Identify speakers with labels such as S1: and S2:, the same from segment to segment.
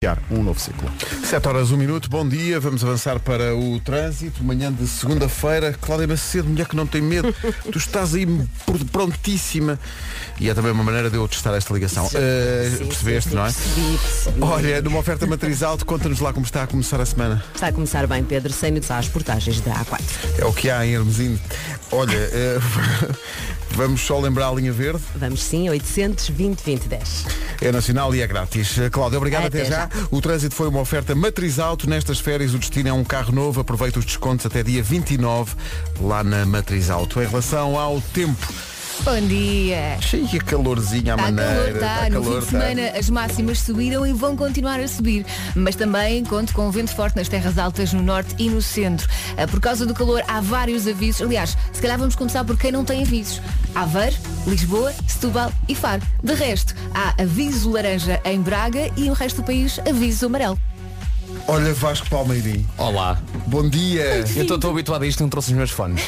S1: iniciar um novo ciclo. 7 horas, 1 minuto, bom dia, vamos avançar para o trânsito, manhã de segunda-feira, Cláudia Macedo, mulher que não tem medo, tu estás aí pr- prontíssima e é também uma maneira de eu testar esta ligação. Eh,
S2: Sim,
S1: percebeste,
S2: sim,
S1: não é?
S2: percebi, percebi.
S1: Olha, numa oferta matriz alto, conta-nos lá como está a começar a semana.
S2: Está a começar bem, Pedro, sem nos às portagens da A4.
S1: É o que há em Hermesinho. Olha, eh, vamos só lembrar a linha verde,
S2: Vamos sim, 820 2010.
S1: é nacional e é grátis. Eh, Cláudia,
S3: É,
S1: obrigado até,
S2: Até
S1: já. O trânsito foi uma oferta matriz alto. Nestas férias o destino é um carro novo. Aproveita os descontos até dia 29 lá na matriz alto. Em relação ao tempo,
S3: Bom dia!
S1: cheia calorzinha à
S3: Está calor,
S1: maneira.
S3: está.
S1: tá
S3: No fim de
S1: tá.
S3: semana as máximas subiram e vão continuar a subir. Mas também conto com vento forte nas terras altas, no norte e no centro. Ah, Por causa do calor há vários avisos. Aliás, se calhar vamos começar por quem não tem avisos. Aveiro, Lisboa, Setúbal e Faro. De resto, há aviso laranja em Braga e o resto do país aviso amarelo.
S1: Olha Vasco Palmeirim.
S4: Olá,
S1: Bom dia.
S4: eu estou habituado a isto, não trouxe os meus fones.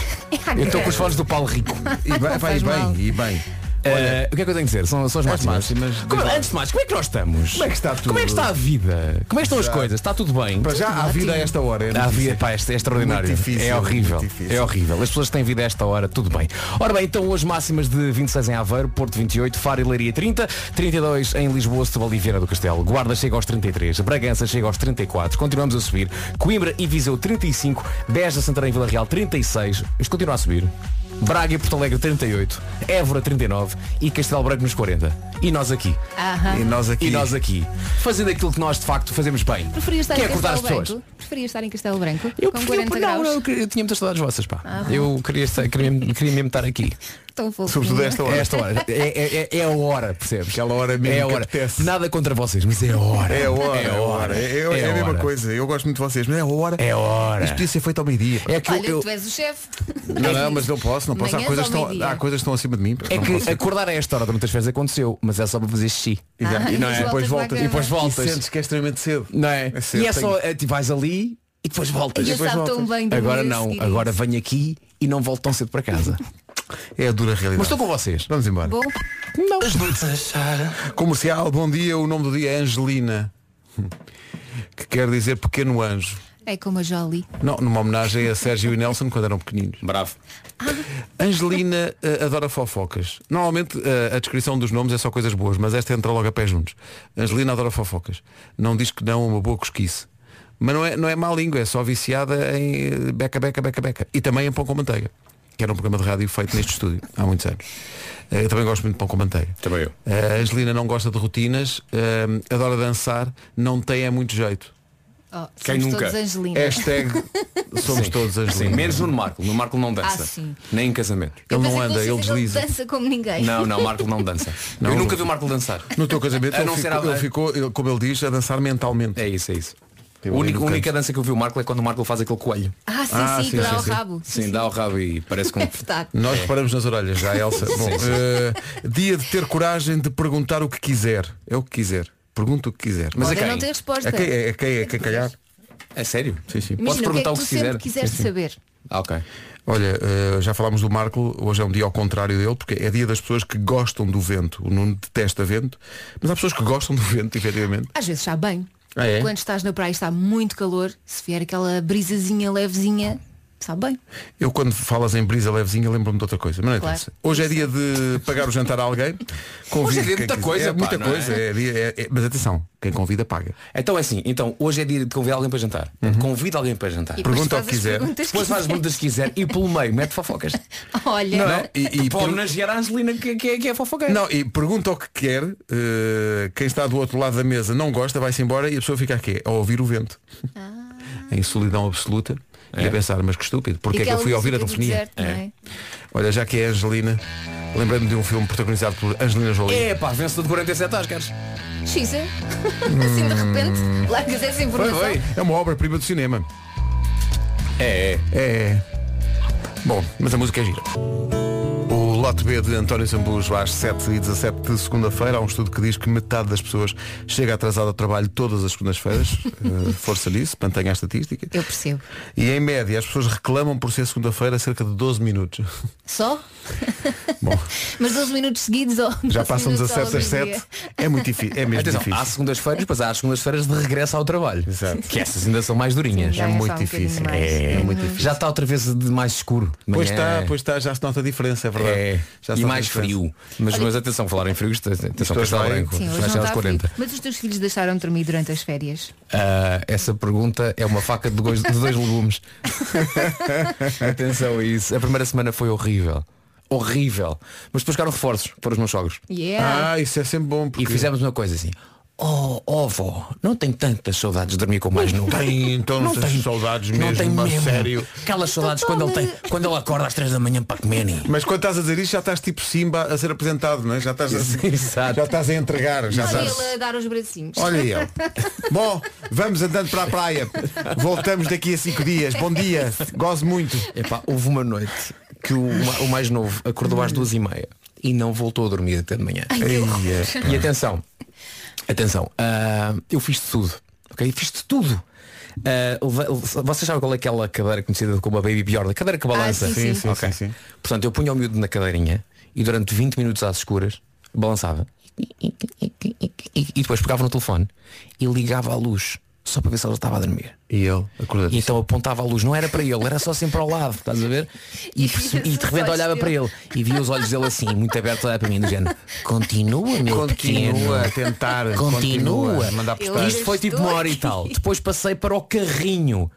S4: Eu estou com os fones do Paulo Rico.
S1: E bem,
S3: Não
S1: vai
S3: faz mal.
S1: bem, e bem.
S4: Eh, o que é que eu tenho a dizer? São, são as
S1: As
S4: máximas.
S1: máximas.
S4: Como- antes de mais, como é que nós estamos?
S1: Como é que está tudo?
S4: Como é que está a vida? Como é que estão as
S1: Já.
S4: coisas? Está tudo bem?
S1: Para já há vida a esta hora. é
S4: A
S1: notícia.
S4: vida, pá, é é extraordinário.
S1: Muito difícil,
S4: é horrível.
S1: muito difícil.
S4: É horrível. As pessoas têm vida a esta hora, tudo bem. Ora bem, então hoje máximas de 26 em Aveiro, Porto 28, Faro e Leiria 30, 32 em Lisboa, Setúbal e Viana do Castelo. Guarda chega aos 33, Bragança chega aos 34, continuamos a subir. Coimbra e Viseu 35, 10 da Santarém e Vila Real 36, isto continua a subir. Braga e Porto Alegre 38, Évora 39 e Castelo Branco nos 40. E nós aqui.
S3: Aham.
S1: E nós aqui.
S4: E nós aqui. Fazendo aquilo que nós de facto fazemos bem.
S3: Preferias estar
S4: que é
S3: em
S4: acordar as
S3: Castelo
S4: pessoas.
S3: Branco? Preferias estar em Castelo Branco?
S4: Eu,
S3: com Ah.
S4: prefiro-
S3: 40
S4: não,
S3: graus?
S4: não, eu queria- eu tinha muitas saudades vossas, pá. eu queria, estar- queria, mesmo- queria mesmo estar aqui.
S3: Tão fofinho.
S1: Sobretudo a esta
S4: É
S1: hora.
S4: esta hora. É, é- é- é a hora, percebes?
S1: Aquela hora mesmo
S4: É a
S1: que
S4: hora.
S1: apetece.
S4: Nada contra vocês, mas é a hora.
S1: É a hora, é a hora. É, é
S4: É
S1: a mesma
S4: hora.
S1: coisa. Eu gosto muito de vocês, mas é a hora.
S4: É a hora.
S1: Isto podia ser feito ao meio-dia.
S4: É que, eu-
S3: Olha,
S4: eu-
S3: tu és o chefe.
S1: Não, não, mas não posso, não posso. Há
S3: Manhãs
S1: coisas, que
S3: ao
S1: estão,
S3: é meio-dia.
S1: há coisas que estão acima de mim.
S4: é
S1: não
S4: que
S1: posso.
S4: acordar a esta hora durante as férias aconteceu, mas é só para fazer xixi.
S3: Ah,
S1: e, não é?
S3: e
S1: depois
S3: voltas para a
S1: voltas.
S3: cama.
S4: depois voltas.
S1: E sentes que é extremamente cedo.
S4: Não é?
S1: É cedo,
S4: e é
S1: tenho-
S4: só, é, tu vais ali e depois voltas.
S3: E eu
S1: depois
S3: sabe tão
S1: voltas.
S3: bem do
S4: Agora
S3: dia
S4: não,
S3: seguinte.
S4: agora venho aqui e não volto tão cedo para casa.
S1: É a dura realidade.
S4: mas estou com vocês.
S1: Vamos embora.
S3: Bom,
S1: Comercial, bom dia. O nome do dia é Angelina. Que quer dizer pequeno anjo.
S3: é como a Jolie.
S1: Não, numa homenagem a Sérgio e Nelson quando eram pequeninos.
S4: Bravo.
S1: Angelina eh, adora fofocas. Normalmente eh, a descrição dos nomes é só coisas boas, mas esta entra logo a pé juntos. Angelina adora fofocas. Não diz que não a uma boa cosquice. Mas não é, não é má língua, é só viciada em eh, beca, beca, beca, beca. E também em pão com manteiga, que era um programa de rádio feito neste estúdio há muitos anos. Eh, Eu também gosto muito de pão com manteiga.
S4: Também eu.
S1: Eh, A Angelina não gosta de rotinas, eh, adora dançar, não tem é muito jeito.
S3: Oh,
S4: Quem
S3: somos
S4: nunca?
S3: todos Angelina.
S1: Hashtag somos todos
S4: Sim,
S1: Angelina.
S4: menos um no Marco. No Marco não dança.
S3: Ah, sim.
S4: Nem em casamento.
S3: Eu
S1: Ele
S3: pensei
S1: não
S3: que
S1: anda,
S3: vocês
S1: ele desliza.
S3: dança como ninguém.
S4: Não, não, o Marco não dança.
S1: Não.
S4: Eu nunca vi o Marco dançar.
S1: No teu casamento
S4: A
S1: ele
S4: não ser
S1: ficou,
S4: a-
S1: ele ficou, ele- como ele diz, a dançar mentalmente.
S4: É isso, é isso.
S1: Eu
S4: a
S1: ali
S4: única,
S1: no
S4: a única
S1: canto.
S4: dança que eu vi o Marco é quando o Marco faz aquele coelho.
S3: Ah, sim,
S1: Ah,
S3: sim,
S1: sim,
S3: que dá
S1: sim,
S3: o
S1: sim.
S3: rabo.
S4: Sim, dá o rabo e parece com.
S3: É verdade.
S1: Nós paramos nas orelhas já, Elsa. Bom, eh, dia de ter coragem de perguntar o que quiser. É o que quiser. Pergunta o que quiser. Mas
S4: a
S3: Olha,
S4: quem?
S3: não tem resposta.
S1: é quem é, é quem é quem calhar.
S4: É sério?
S1: Sim, sim.
S3: Imagina,
S4: Posso perguntar
S3: o
S4: o
S3: que é que tu
S4: que
S3: sempre
S4: quiser.
S3: quiseste saber.
S4: Ah, ok.
S1: Olha, eh, já falámos do Marco, hoje é um dia ao contrário dele, porque é dia das pessoas que gostam do vento. O Nuno detesta vento, mas há pessoas que gostam do vento, efetivamente.
S3: Às vezes está bem.
S1: Ah, é?
S3: Quando estás na praia e está muito calor, se vier aquela brisazinha levezinha, sabe bem.
S1: Eu quando falas em brisa levezinha lembro-me de outra coisa. Mas não
S3: Claro.
S1: interessa. Hoje é dia de pagar o jantar a alguém. Convide
S4: Hoje é dia de
S1: quem
S4: muita
S1: quiser.
S4: coisa,
S1: É
S4: pá,
S1: muita
S4: não é?
S1: coisa. é dia- é- é- mas atenção, quem convida paga.
S4: Então é assim, então hoje é dia de convidar alguém para jantar. Convida alguém para jantar.
S3: E depois
S1: Uhum. Pergunta
S3: faz
S1: ao que
S3: as
S1: quiser.
S3: perguntas que
S4: Depois faz as perguntas que quiser e pelo meio mete fofocas.
S3: quiser. Olha,
S1: é? E, e
S4: Para
S1: per-
S4: homenagear a Angelina que, que, é- que é fofoqueira.
S1: Não, e pergunta o que quer, eh, quem está do outro lado da mesa não gosta, vai-se embora e a pessoa fica aqui, a ouvir o vento.
S3: Ah.
S1: Em solidão absoluta.
S4: É.
S1: E a pensar, mas que estúpido,
S3: e
S1: porque é que eu
S3: aquela
S1: fui ouvir a
S3: música do
S1: telefonia?
S3: deserto, não é?
S1: Olha, já que é Angelina, lembrei-me de um filme protagonizado por Angelina Jolie.
S4: É pá, vencedor de 47 Oscars.
S3: Xisa. assim de
S1: Hum.
S3: repente, largas essa
S4: Foi,
S3: informação.
S4: foi.
S1: É uma obra-prima do cinema.
S4: É, é.
S1: É. Bom, mas a música é gira. O Lote B de António Zambujo às 7 e 17 de segunda-feira. Há um estudo que diz que metade das pessoas chega atrasada ao trabalho todas as segundas-feiras. Eh, Força nisso, mantenha a estatística.
S3: Eu percebo.
S1: E em média, as pessoas reclamam por ser segunda-feira cerca de 12 minutos.
S3: Só?
S1: Bom,
S3: Mas 12 minutos seguidos ou
S1: já
S3: 12
S1: passam
S3: minutos ao
S1: 17 às
S3: meio-dia?
S1: 7. É muito difícil. É mesmo
S4: Atenção, há
S1: difícil.
S4: segundas-feiras, depois há as segundas-feiras de regresso ao trabalho.
S1: Exato.
S4: Que essas ainda são mais durinhas.
S3: Sim, já é
S1: muito
S3: só um bocadinho
S1: difícil.
S3: mais.
S1: É, é muito
S4: Já está outra vez de mais escuro. De
S1: Pois
S4: manhã.
S1: está, pois está, já se nota a diferença, é verdade.
S4: É,
S1: Já se
S4: e
S1: nota a
S4: mais
S1: diferença.
S4: frio. Mas, mas atenção, falar em frio, isto- é, atenção,
S1: hoje
S4: Castelo
S1: vai-
S4: Branco.
S3: Sim, hoje
S4: vai
S3: não
S4: ser
S3: está
S4: aos 40.
S3: frio. Mas os teus filhos deixaram de dormir durante as férias?
S4: Ah, essa pergunta é uma faca de dois, de dois legumes. Atenção a isso. A primeira semana foi horrível. Horrível. Mas depois chegaram reforços para os meus sogros.
S3: Yeah.
S1: Ah, isso é sempre bom.
S4: E
S1: Porque...
S4: fizemos uma coisa assim. Oh, ó vó, não tenho tantas saudades de dormir com mais novo.
S1: Tem, então não tens saudades
S4: Não
S1: mesmo,
S4: tenho
S1: a
S4: mesmo.
S1: sério.
S4: Aquelas saudades quando ele, tem, quando ele acorda às 3 da manhã para comer. né?
S1: Mas quando estás a dizer isto já estás tipo Simba a ser apresentado, não é? Já estás a,
S4: Exato.
S1: já estás a entregar. Já
S3: Olha
S1: estás...
S3: ele a dar os bracinhos.
S1: Olha eu. Bom, vamos andando para a praia. Voltamos daqui a cinco dias. Bom dia. Gozo muito.
S4: Epá, houve uma noite que o, ma- o mais novo acordou às duas e meia e não voltou a dormir até de manhã. é. e atenção, atenção, ah, eu fiz de tudo, ok? Fiz de tudo. Ah, leve- vocês sabem qual é aquela cadeira conhecida como a Baby Bjorn, a cadeira que balança.
S3: sim, Sim, sim. sim,
S4: Ok.
S1: sim, sim.
S4: Portanto, eu punha o miúdo na cadeirinha e durante 20 minutos às escuras balançava e depois pegava no telefone e ligava a luz só para ver se ela estava a dormir.
S1: E eu,
S4: E
S1: acordei.
S4: então apontava a luz, não era para ele, era só sempre ao lado, estás a ver? E, perce- e de repente olhava para ele e via os olhos dele assim, muito aberto a olhar para mim, do género, continua, meu pequeno.
S1: Continua a tentar.
S4: Continua.
S1: a Mandar
S3: Eu
S1: postar.
S4: Isto foi tipo uma hora e tal. Depois passei para o carrinho,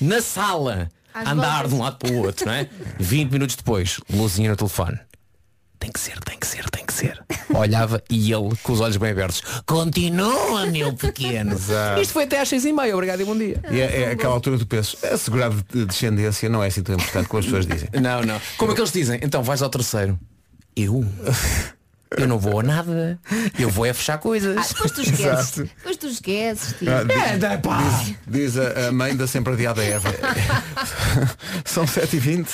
S4: na sala,
S3: Às
S4: a andar
S3: voltas.
S4: de um lado para o outro, não é? 20 minutos depois, luzinha no telefone. Tem que ser, tem que ser, tem que ser. Olhava e ele com os olhos bem abertos. Continua, meu pequeno.
S1: Exato.
S4: Isto foi até às seis e meia. Obrigado e bom dia.
S1: E é, é aquela altura que tu pensas, assegurar de- descendência não é assim tão importante como as pessoas dizem.
S4: Não, não. Como é que eles dizem? Então vais ao terceiro. Eu? Eu não vou a nada. Eu vou é fechar coisas.
S3: Ah, depois tu esqueces. Depois tu esqueces. tio.
S1: Ah, diz-
S4: É, dá, pá.
S1: Diz a, a mãe da sempre adiada Eva. São 7h20.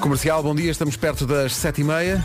S1: Comercial, bom dia, estamos perto das 7h30.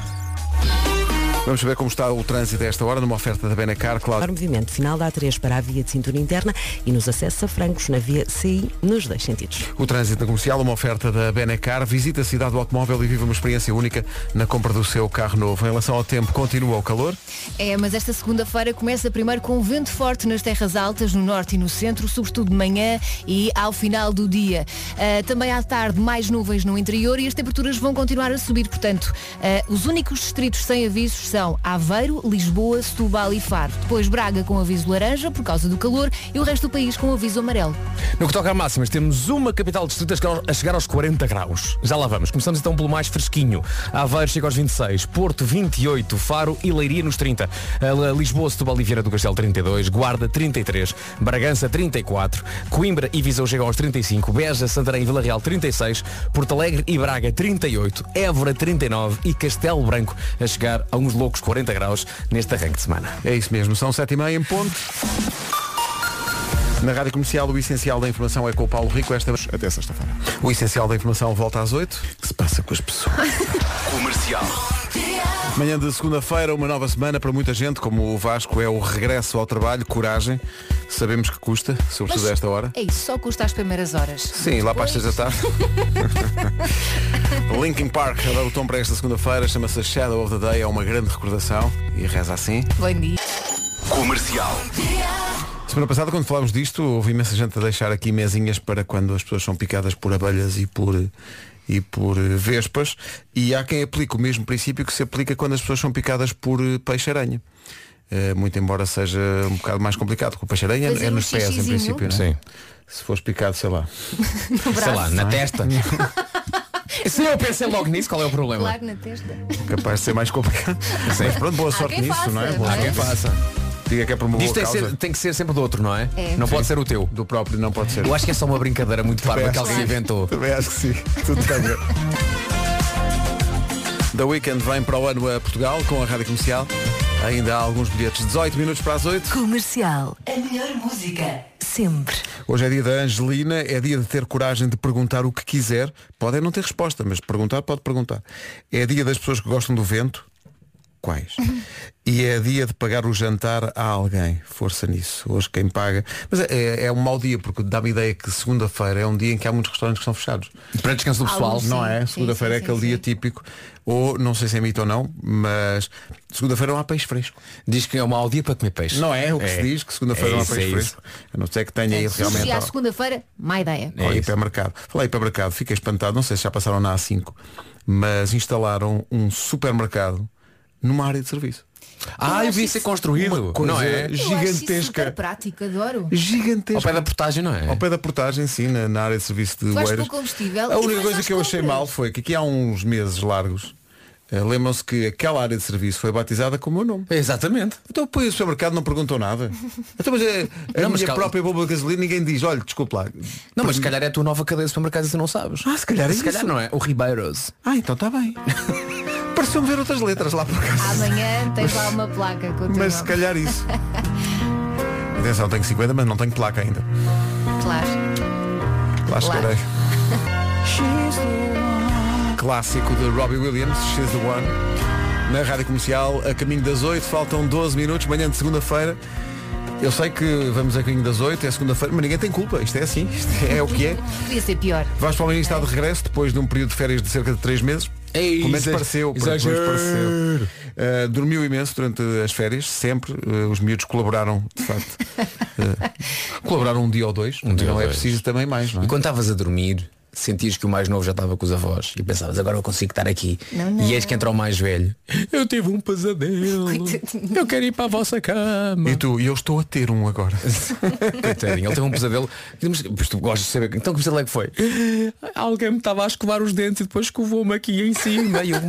S1: Vamos saber como está o trânsito a esta hora, numa oferta da Benacar,
S2: Para o
S1: claro.
S2: movimento final da A3 para a via de cintura interna e nos acessos a Francos na via CI nos dois sentidos.
S1: O trânsito na comercial, uma oferta da Benacar. Visita a cidade do automóvel e vive uma experiência única na compra do seu carro novo. Em relação ao tempo, continua o calor.
S3: É, mas esta segunda-feira começa primeiro com vento forte nas terras altas, no norte e no centro, sobretudo de manhã e ao final do dia. Ah, também à tarde mais nuvens no interior e as temperaturas vão continuar a subir, portanto, ah, os únicos distritos sem avisos são Aveiro, Lisboa, Setúbal e Faro. Depois Braga com aviso laranja por causa do calor e o resto do país com aviso amarelo.
S4: No que toca a máximas, temos uma capital distrito a chegar aos- a chegar aos 40 graus. Já lá vamos. Começamos então pelo mais fresquinho. Aveiro chega aos 26, Porto 28, Faro e Leiria nos 30. A- a Lisboa, Setúbal e Vieira do Castelo 32, Guarda 33, Bragança 34, Coimbra e Viseu chegam aos 35, Beja, Santarém e Vila Real 36, Porto Alegre e Braga 38, Évora 39 e Castelo Branco a chegar a uns loucos 40 graus neste arranque de semana.
S1: É isso mesmo, são 7h30 em ponto. Na Rádio Comercial, o essencial da informação é com o Paulo Rico. Esta... Até sexta-feira. O essencial da informação volta às 8. O que se passa com as pessoas?
S5: Comercial.
S1: Manhã de segunda-feira, uma nova semana para muita gente, como o Vasco é o regresso ao trabalho, coragem. Sabemos que custa, sobretudo
S3: Mas-
S1: a esta hora.
S3: É isso, só custa às primeiras horas.
S1: Sim, lá para as seis da tarde. Linkin Park, a dar o tom para esta segunda-feira, chama-se Shadow of the Day, é uma grande recordação e reza assim.
S3: Bom dia.
S5: Comercial.
S1: Semana passada, quando falámos disto, houve imensa gente a deixar aqui mesinhas para quando as pessoas são picadas por abelhas e por, e por eh, vespas. E há quem aplique o mesmo princípio que se aplica quando as pessoas são picadas por eh, peixe-aranha. Eh, muito embora seja um bocado mais complicado, porque o peixe-aranha é
S3: Fazer um
S1: nos pés, em
S3: xixizinho.
S1: princípio. não é?
S4: Sim.
S1: Se fores picado, sei lá.
S4: Sei lá, na testa. Se eu pensei logo nisso, qual é o problema?
S3: Claro na testa.
S1: Capaz de ser mais complicado. Mas pronto, boa sorte
S3: quem
S1: nisso,
S3: faça,
S1: não é?
S3: não
S1: Boa
S3: é?
S1: sorte.
S4: Quem faça.
S1: Diga que é para uma boa
S4: Isto tem que,
S1: causa.
S4: ser, tem que ser sempre do outro, não é?
S3: É.
S4: Não pode ser o teu.
S1: Do próprio não pode ser.
S4: Eu acho que é só uma brincadeira muito parva que alguém
S3: Claro.
S4: inventou.
S1: Também acho que sim. Tudo está bem. The Weekend vem para o ano a Portugal com a Rádio Comercial. Ainda há alguns bilhetes. 18 minutos para as 8.
S6: Comercial. A melhor música sempre.
S1: Hoje é dia da Angelina, é dia de ter coragem de perguntar o que quiser. Pode é não ter resposta, mas perguntar pode perguntar. É dia das pessoas que gostam do vento. Quais? E é dia de pagar o jantar a alguém. Força nisso. Hoje quem paga. Mas é, é um mau dia, porque dá-me ideia que segunda-feira é um dia em que há muitos restaurantes que são fechados.
S4: Para descanso do pessoal.
S3: Alguns sim.
S4: Não
S1: Não
S4: é?
S1: é?
S3: Sim,
S1: Segunda-feira é
S3: sim, sim,
S1: aquele dia
S3: sim.
S1: típico. Ou não sei se é mito ou não, mas segunda-feira não há peixe fresco.
S4: Diz que é um mau dia para comer peixe.
S1: Não é o que se diz, que segunda-feira
S4: É
S1: não há
S4: isso,
S1: peixe
S4: é isso.
S1: fresco. A não ser que tenha aí realmente.
S3: É Se à
S1: ó, É
S3: segunda-feira, má ideia.
S1: ao
S4: É isso.
S1: hipermercado. Falei hipermercado, fiquei espantado, não sei se já passaram na A5, mas instalaram um supermercado numa área de serviço.
S4: Ah, eu vi ser construído.
S1: Coisa
S4: Não é?
S3: Eu Acho isso super
S1: gigantesca.
S3: prático, adoro.
S4: Ao
S1: Gigantesca.
S4: pé da portagem, não é?
S1: Ao pé da portagem, sim, na, na área de serviço de
S3: Tu vais
S1: Oeiras.
S3: pelo combustível
S1: A
S3: e
S1: única
S3: vais
S1: coisa
S3: às
S1: que eu achei
S3: compras.
S1: mal foi que aqui há uns meses largos, eh, lembram-se que aquela área de serviço foi batizada com o meu nome.
S4: Exatamente.
S1: Então põe o supermercado não perguntou nada. Então, mas eh, a,
S4: Não, mas
S1: minha
S4: cal-
S1: própria bomba de gasolina ninguém diz, olha, desculpe lá.
S4: Não, mas se calhar é a tua nova cadeia de supermercados e tu não sabes.
S1: Ah, se calhar é
S4: se calhar
S1: isso.
S4: não é. O Ribeiros.
S1: Ah, então
S3: tá
S1: está bem. Pareceu-me ver outras letras lá
S3: Ah,
S1: por acaso.
S3: Amanhã tens lá uma placa com o teu
S1: Mas se
S3: nome.
S1: calhar isso. Atenção, tenho 50, mas não tenho placa ainda.
S3: Claro.
S1: Lá
S3: Claro.
S1: chegarei. Clássico de Robbie Williams, She's the One. Na rádio comercial, a caminho das 8, faltam 12 minutos, manhã de segunda-feira. Eu sei que vamos a caminho das 8, é segunda-feira, mas ninguém tem culpa, isto é assim, isto é o que é.
S3: Podia ser pior.
S1: Vasco Palmeirinho está de regresso depois de um período de férias de cerca de 3 meses.
S4: Ei,
S1: Pelo menos
S4: exa-
S1: pareceu. pelo menos
S4: É exagero.
S1: pareceu. Uh, dormiu imenso durante as férias, sempre. Uh, os miúdos colaboraram, de facto. Uh, colaboraram um dia ou dois.
S4: dia
S1: não
S4: ou
S1: é
S4: dois.
S1: preciso também mais, não é?
S4: E quando estavas a dormir, sentias que o mais novo já estava com os avós e pensavas, agora eu consigo estar aqui.
S3: Não, não.
S4: E eis que entra o mais velho. Eu tive um pesadelo.
S3: Coitadinho.
S4: eu quero ir para a vossa cama.
S1: E tu, e eu estou a ter um agora.
S4: Coitadinho, ele teve um pesadelo. Mas, pois tu gostas de saber. Então que pesadelo é que foi? Alguém me estava a escovar os dentes e depois escovou-me aqui em cima. E eu,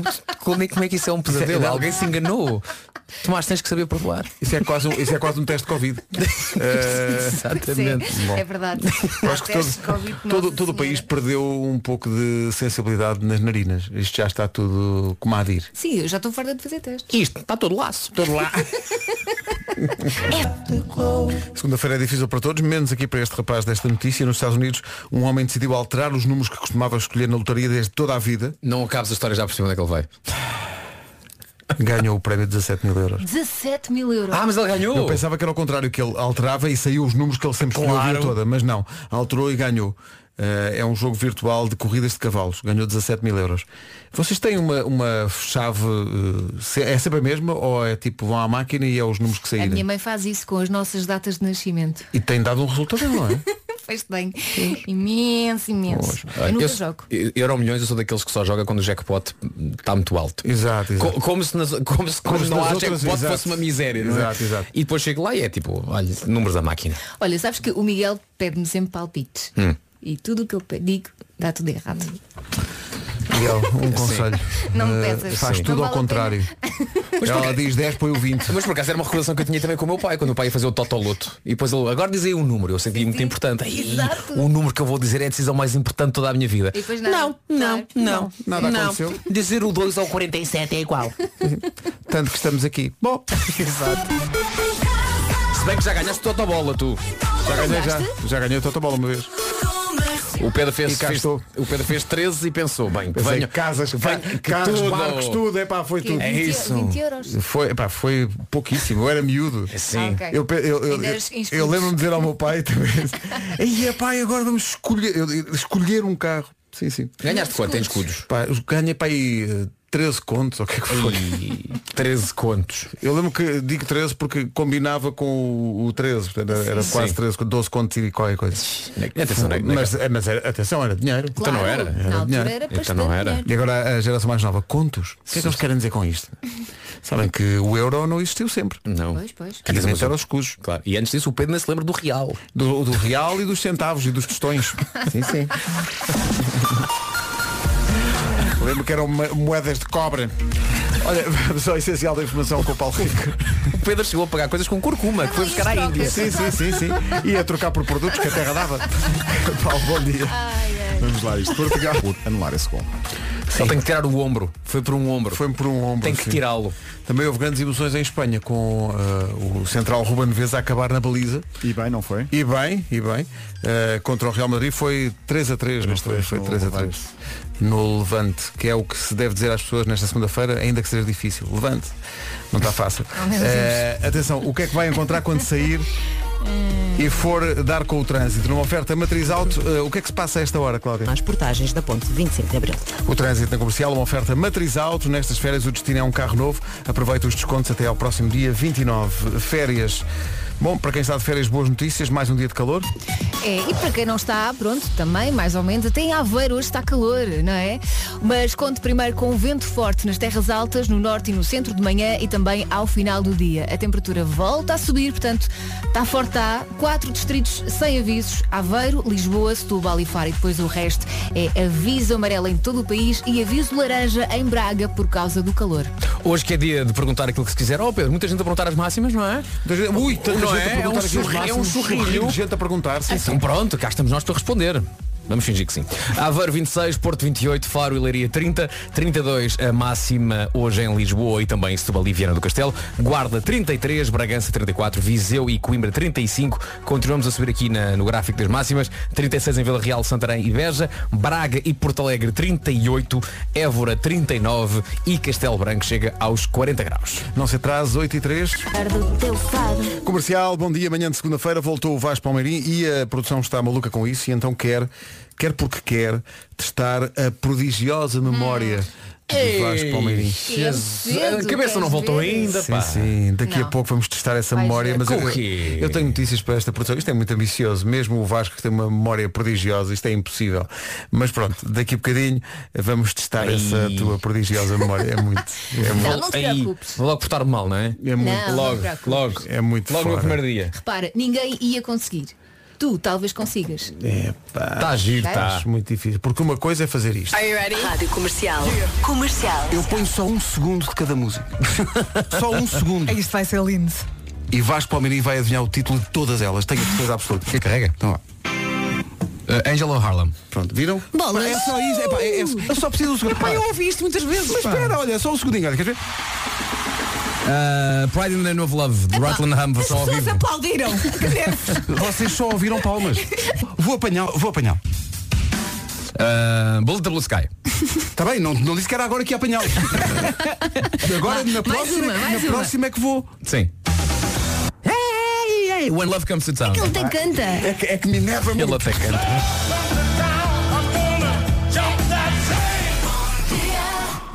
S4: como, é, como é que isso é um pesadelo? Alguém se enganou. Tomás, tens que saber perdoar.
S1: Isso é quase um, isso é quase um teste de Covid. Uh,
S4: Exatamente.
S3: Sim, é verdade.
S1: eu acho que todo,
S3: Testes de Covid, assim,
S1: todo,
S3: Nossa
S1: todo o país
S3: Senhora.
S1: perdeu um pouco de sensibilidade nas narinas. Isto já está tudo como a dir.
S3: Sim, eu já estou farta de fazer testes.
S4: Isto está todo laço.
S1: Segunda-feira é difícil para todos, menos aqui para este rapaz desta notícia. Nos Estados Unidos, um homem decidiu alterar os números que costumava escolher na lotaria desde toda a vida.
S4: Não acabes a história já por cima onde é que ele vai.
S1: Ganhou o prémio de 17 mil euros.
S3: 17 mil euros.
S4: Ah, mas ele ganhou.
S1: Eu pensava que era o contrário, que ele alterava e saiu os números que ele sempre escolheu a vida
S4: Claro.
S1: toda, mas não. Alterou e ganhou. Eh, é um jogo virtual de corridas de cavalos. Ganhou 17 mil euros. Vocês têm uma, uma chave, eh, se- é sempre a mesma ou é tipo vão à máquina e é os números que
S3: a minha
S1: saírem?
S3: mãe faz isso com as nossas datas de nascimento.
S1: E tem dado um resultado, não é?
S3: Fez bem. Imenso, imenso. Eu nunca jogo.
S4: Euro milhões, eu sou daqueles que só joga quando o jackpot está muito alto.
S1: Exato, exato.
S4: Co- como se, nas- como se como
S1: Como
S4: não
S1: nas
S4: há
S1: outras,
S4: jackpot
S1: exato.
S4: fosse uma miséria. não é?
S1: Exato, exato.
S4: E depois chego lá e é tipo, olha, números da máquina.
S3: Olha, sabes que o Miguel pede-me sempre palpites.
S4: Hum.
S3: E tudo o que eu pe- digo dá tudo errado.
S1: Miguel, um conselho.
S3: Não me
S1: Eh,
S3: peças.
S1: faz
S3: Sim.
S1: tudo
S3: Não
S1: ao
S3: vale a
S1: contrário. Ela diz 10, põe o 20.
S4: Mas por acaso era uma recordação que eu tinha também com o meu pai, quando o meu pai ia fazer o Totoloto. E depois ele, agora dizia um número, eu senti muito importante. Ai,
S3: Exato.
S4: o número que eu vou dizer é a decisão mais importante de toda a minha vida.
S3: E depois nada.
S7: Não, não,
S3: Claro.
S7: não.
S1: Nada
S7: não.
S1: aconteceu.
S7: Dizer o 2 ao 47 é igual.
S1: Tanto que estamos aqui. Bom,
S4: Se bem que já ganhaste Totobola, tu.
S1: já ganhei já. Já ganhei o Totobola uma vez.
S4: O Pedro fez,
S1: E cá
S4: fez-
S1: estou.
S4: o Pedro fez 13 e pensou, bem,
S1: Pensei,
S4: venho,
S1: é, casas,
S4: venho-
S1: ca-
S4: que
S1: casas,
S4: tudo.
S1: barcos, tudo, é pá, foi
S3: Que
S1: tudo.
S3: 20
S4: isso.
S3: 20 euros.
S1: Foi, epá, foi pouquíssimo, eu era miúdo.
S4: Sim.
S3: Ah, ok.
S1: Eu, pe- eu, eu,
S3: Ainda
S1: eu,
S3: eras inscrito.
S1: eu lembro-me de dizer ao meu pai também. E pai, agora vamos escolher, eu- eu- escolher um carro. Sim, sim.
S4: Ganhaste quanto? Tem escudos.
S1: Pá, eu ganhei para aí eh, 13 contos, ou o que é que foi?
S4: E 13 contos.
S1: Eu lembro que digo 13 porque combinava com o, o 13, portanto, era, era quase
S4: Sim.
S1: 13, 12 contos e qualquer coisa.
S4: Atenção, não é-
S1: mas, mas era, atenção, era dinheiro.
S3: Claro,
S4: Então não era.
S3: Na altura
S1: dinheiro.
S3: era
S4: Então
S3: bastante
S4: não era.
S3: dinheiro.
S1: E agora a geração mais nova, contos. O que é que eles querem dizer com isto? Sabem que o euro não existiu sempre.
S4: Não.
S3: Pois, pois.
S1: Quer dizer, eram os cujos.
S4: Claro. E antes disso o Pedro nem se lembra do real.
S1: Do, do real e dos centavos e dos tostões. Sim, sim. Lembro que eram mo- moedas de cobre. Olha, vamos ao essencial da informação com o Paulo Rico.
S4: O Pedro chegou a pagar coisas com curcuma, que foi buscar à Índia.
S1: Sim, sim, sim, sim. E a trocar por produtos que a terra dava. Paulo, bom dia. Vamos lá, isto Portugal.
S8: por anular esse gol.
S4: Ele tem que tirar o ombro. Foi por um ombro.
S1: Foi por um ombro.
S4: Tem que
S1: sim.
S4: tirá-lo.
S1: Também houve grandes emoções em Espanha com eh, o central Ruben Neves a acabar na baliza.
S6: E bem, não foi?
S1: E bem, e bem. Eh, contra o Real Madrid foi 3 a 3, não foi? Foi 3 a 3. No Levante, que é o que se deve dizer às pessoas nesta segunda-feira, ainda que seja difícil. Levante, não está fácil.
S3: Oh, meu Deus.
S1: Eh, atenção, o que é que vai encontrar quando sair
S3: Eh.
S1: e for dar com o trânsito? Numa oferta matriz alto, eh, o que é que se passa a esta hora, Cláudia?
S2: Às portagens da ponte de 25 de Abril.
S1: O trânsito na comercial, uma oferta matriz alto. Nestas férias, o destino é um carro novo. Aproveita os descontos até ao próximo dia 29. Férias. Bom, para quem está de férias, boas notícias. Mais um dia de calor.
S3: É, e para quem não está, pronto, também, mais ou menos, até em Aveiro hoje está calor, não é? Mas conte primeiro com um vento forte nas terras altas, no norte e no centro de manhã e também ao final do dia. A temperatura volta a subir, portanto, está forte, está. Quatro distritos sem avisos, Aveiro, Lisboa, Setúbal e Faro. E depois o resto é aviso amarelo em todo o país e aviso laranja em Braga por causa do calor.
S4: Hoje que é dia de perguntar aquilo que se quiser. Oh Pedro, muita gente a perguntar as máximas, não é?
S1: Ui, tanta
S4: Não
S1: gente
S4: é?
S1: a perguntar
S4: É um
S1: aqui os
S4: sorri-
S1: máximos.
S4: é um sorrilho.
S1: de gente a perguntar. Sim, sim.
S4: Então pronto, cá estamos nós para responder. Vamos fingir que sim. Aveiro 26, Porto 28, Faro e Leiria 30, 32 a máxima hoje em Lisboa e também em Setúbal e Viana do Castelo, Guarda 33, Bragança 34, Viseu e Coimbra 35. Continuamos a subir aqui na- no gráfico das máximas, 36 em Vila Real, Santarém e Beja, Braga e Porto Alegre 38, Évora 39 e Castelo Branco chega aos 40 graus.
S1: Não se atrase, 8 e 3. Comercial, bom dia. Amanhã de segunda-feira voltou o Vasco Palmeirim e a produção está maluca com isso e então quer, quer porque quer, testar a prodigiosa memória
S4: Hum.
S1: do Vasco Palmeirim.
S3: é cedo,
S4: a cabeça não
S3: queres
S4: voltou
S3: ver?
S4: ainda,
S1: Sim,
S4: pá.
S1: sim. Daqui a
S3: Não.
S1: pouco vamos testar essa
S3: Vais
S1: memória.
S3: ver.
S1: Mas
S4: Com
S1: eu,
S4: o quê?
S1: eu tenho notícias para esta produção. Isto é muito ambicioso. Mesmo o Vasco que tem uma memória prodigiosa, isto é impossível. Mas pronto, daqui a bocadinho vamos testar essa tua prodigiosa memória. É muito. É muito.
S3: Não, não te
S4: Aí,
S3: preocupes.
S4: Vou logo portar-me mal, não é?
S1: É muito.
S3: Não,
S4: Logo,
S3: não te preocupes.
S4: logo.
S1: É muito
S4: Logo
S1: fora.
S4: no primeiro dia.
S3: Repara, ninguém ia conseguir. Tu talvez consigas.
S4: Está a Ah. Tá giro, está.
S1: Acho muito difícil. Porque uma coisa é fazer isto.
S8: Rádio Comercial. Comercial.
S7: Eu ponho só um segundo de cada música. só um
S1: É
S7: segundo.
S9: Isto vai ser lindo.
S1: E Vasco Palmeirim vai adivinhar o título de todas elas. Tenho a certeza absoluta.
S4: Quem carrega?
S1: Então lá.
S4: Uh, Angela Harlem. Uh.
S1: Pronto, viram?
S3: Bolas!
S1: É só isso. É, pá, é- é- eu só preciso de um segundo.
S9: Pai, eu
S1: Pá,
S9: ouvi isto muitas vezes.
S1: Mas espera, olha, só um segundinho. Olha, quer ver?
S4: Uh, Pride in the Name of Love, de Rutland Hum,
S9: As
S4: versão ao
S9: pessoas
S4: vivo.
S9: aplaudiram. Quer dizer,
S1: Vocês só ouviram palmas. Vou apanhar, vou apanhar.
S4: Uh, Bullet the Blue Sky.
S1: Está Tá bem, não, não disse que era agora que ia apanhá-lo. agora, na, próxima,
S3: uma, mais
S1: na
S3: uma.
S1: próxima é que vou.
S4: Sim. Hey, hey, When Love Comes to Town.
S3: Ele tem canta.
S1: É que, é que me enerva muito.
S4: Ele até canta.
S3: Então.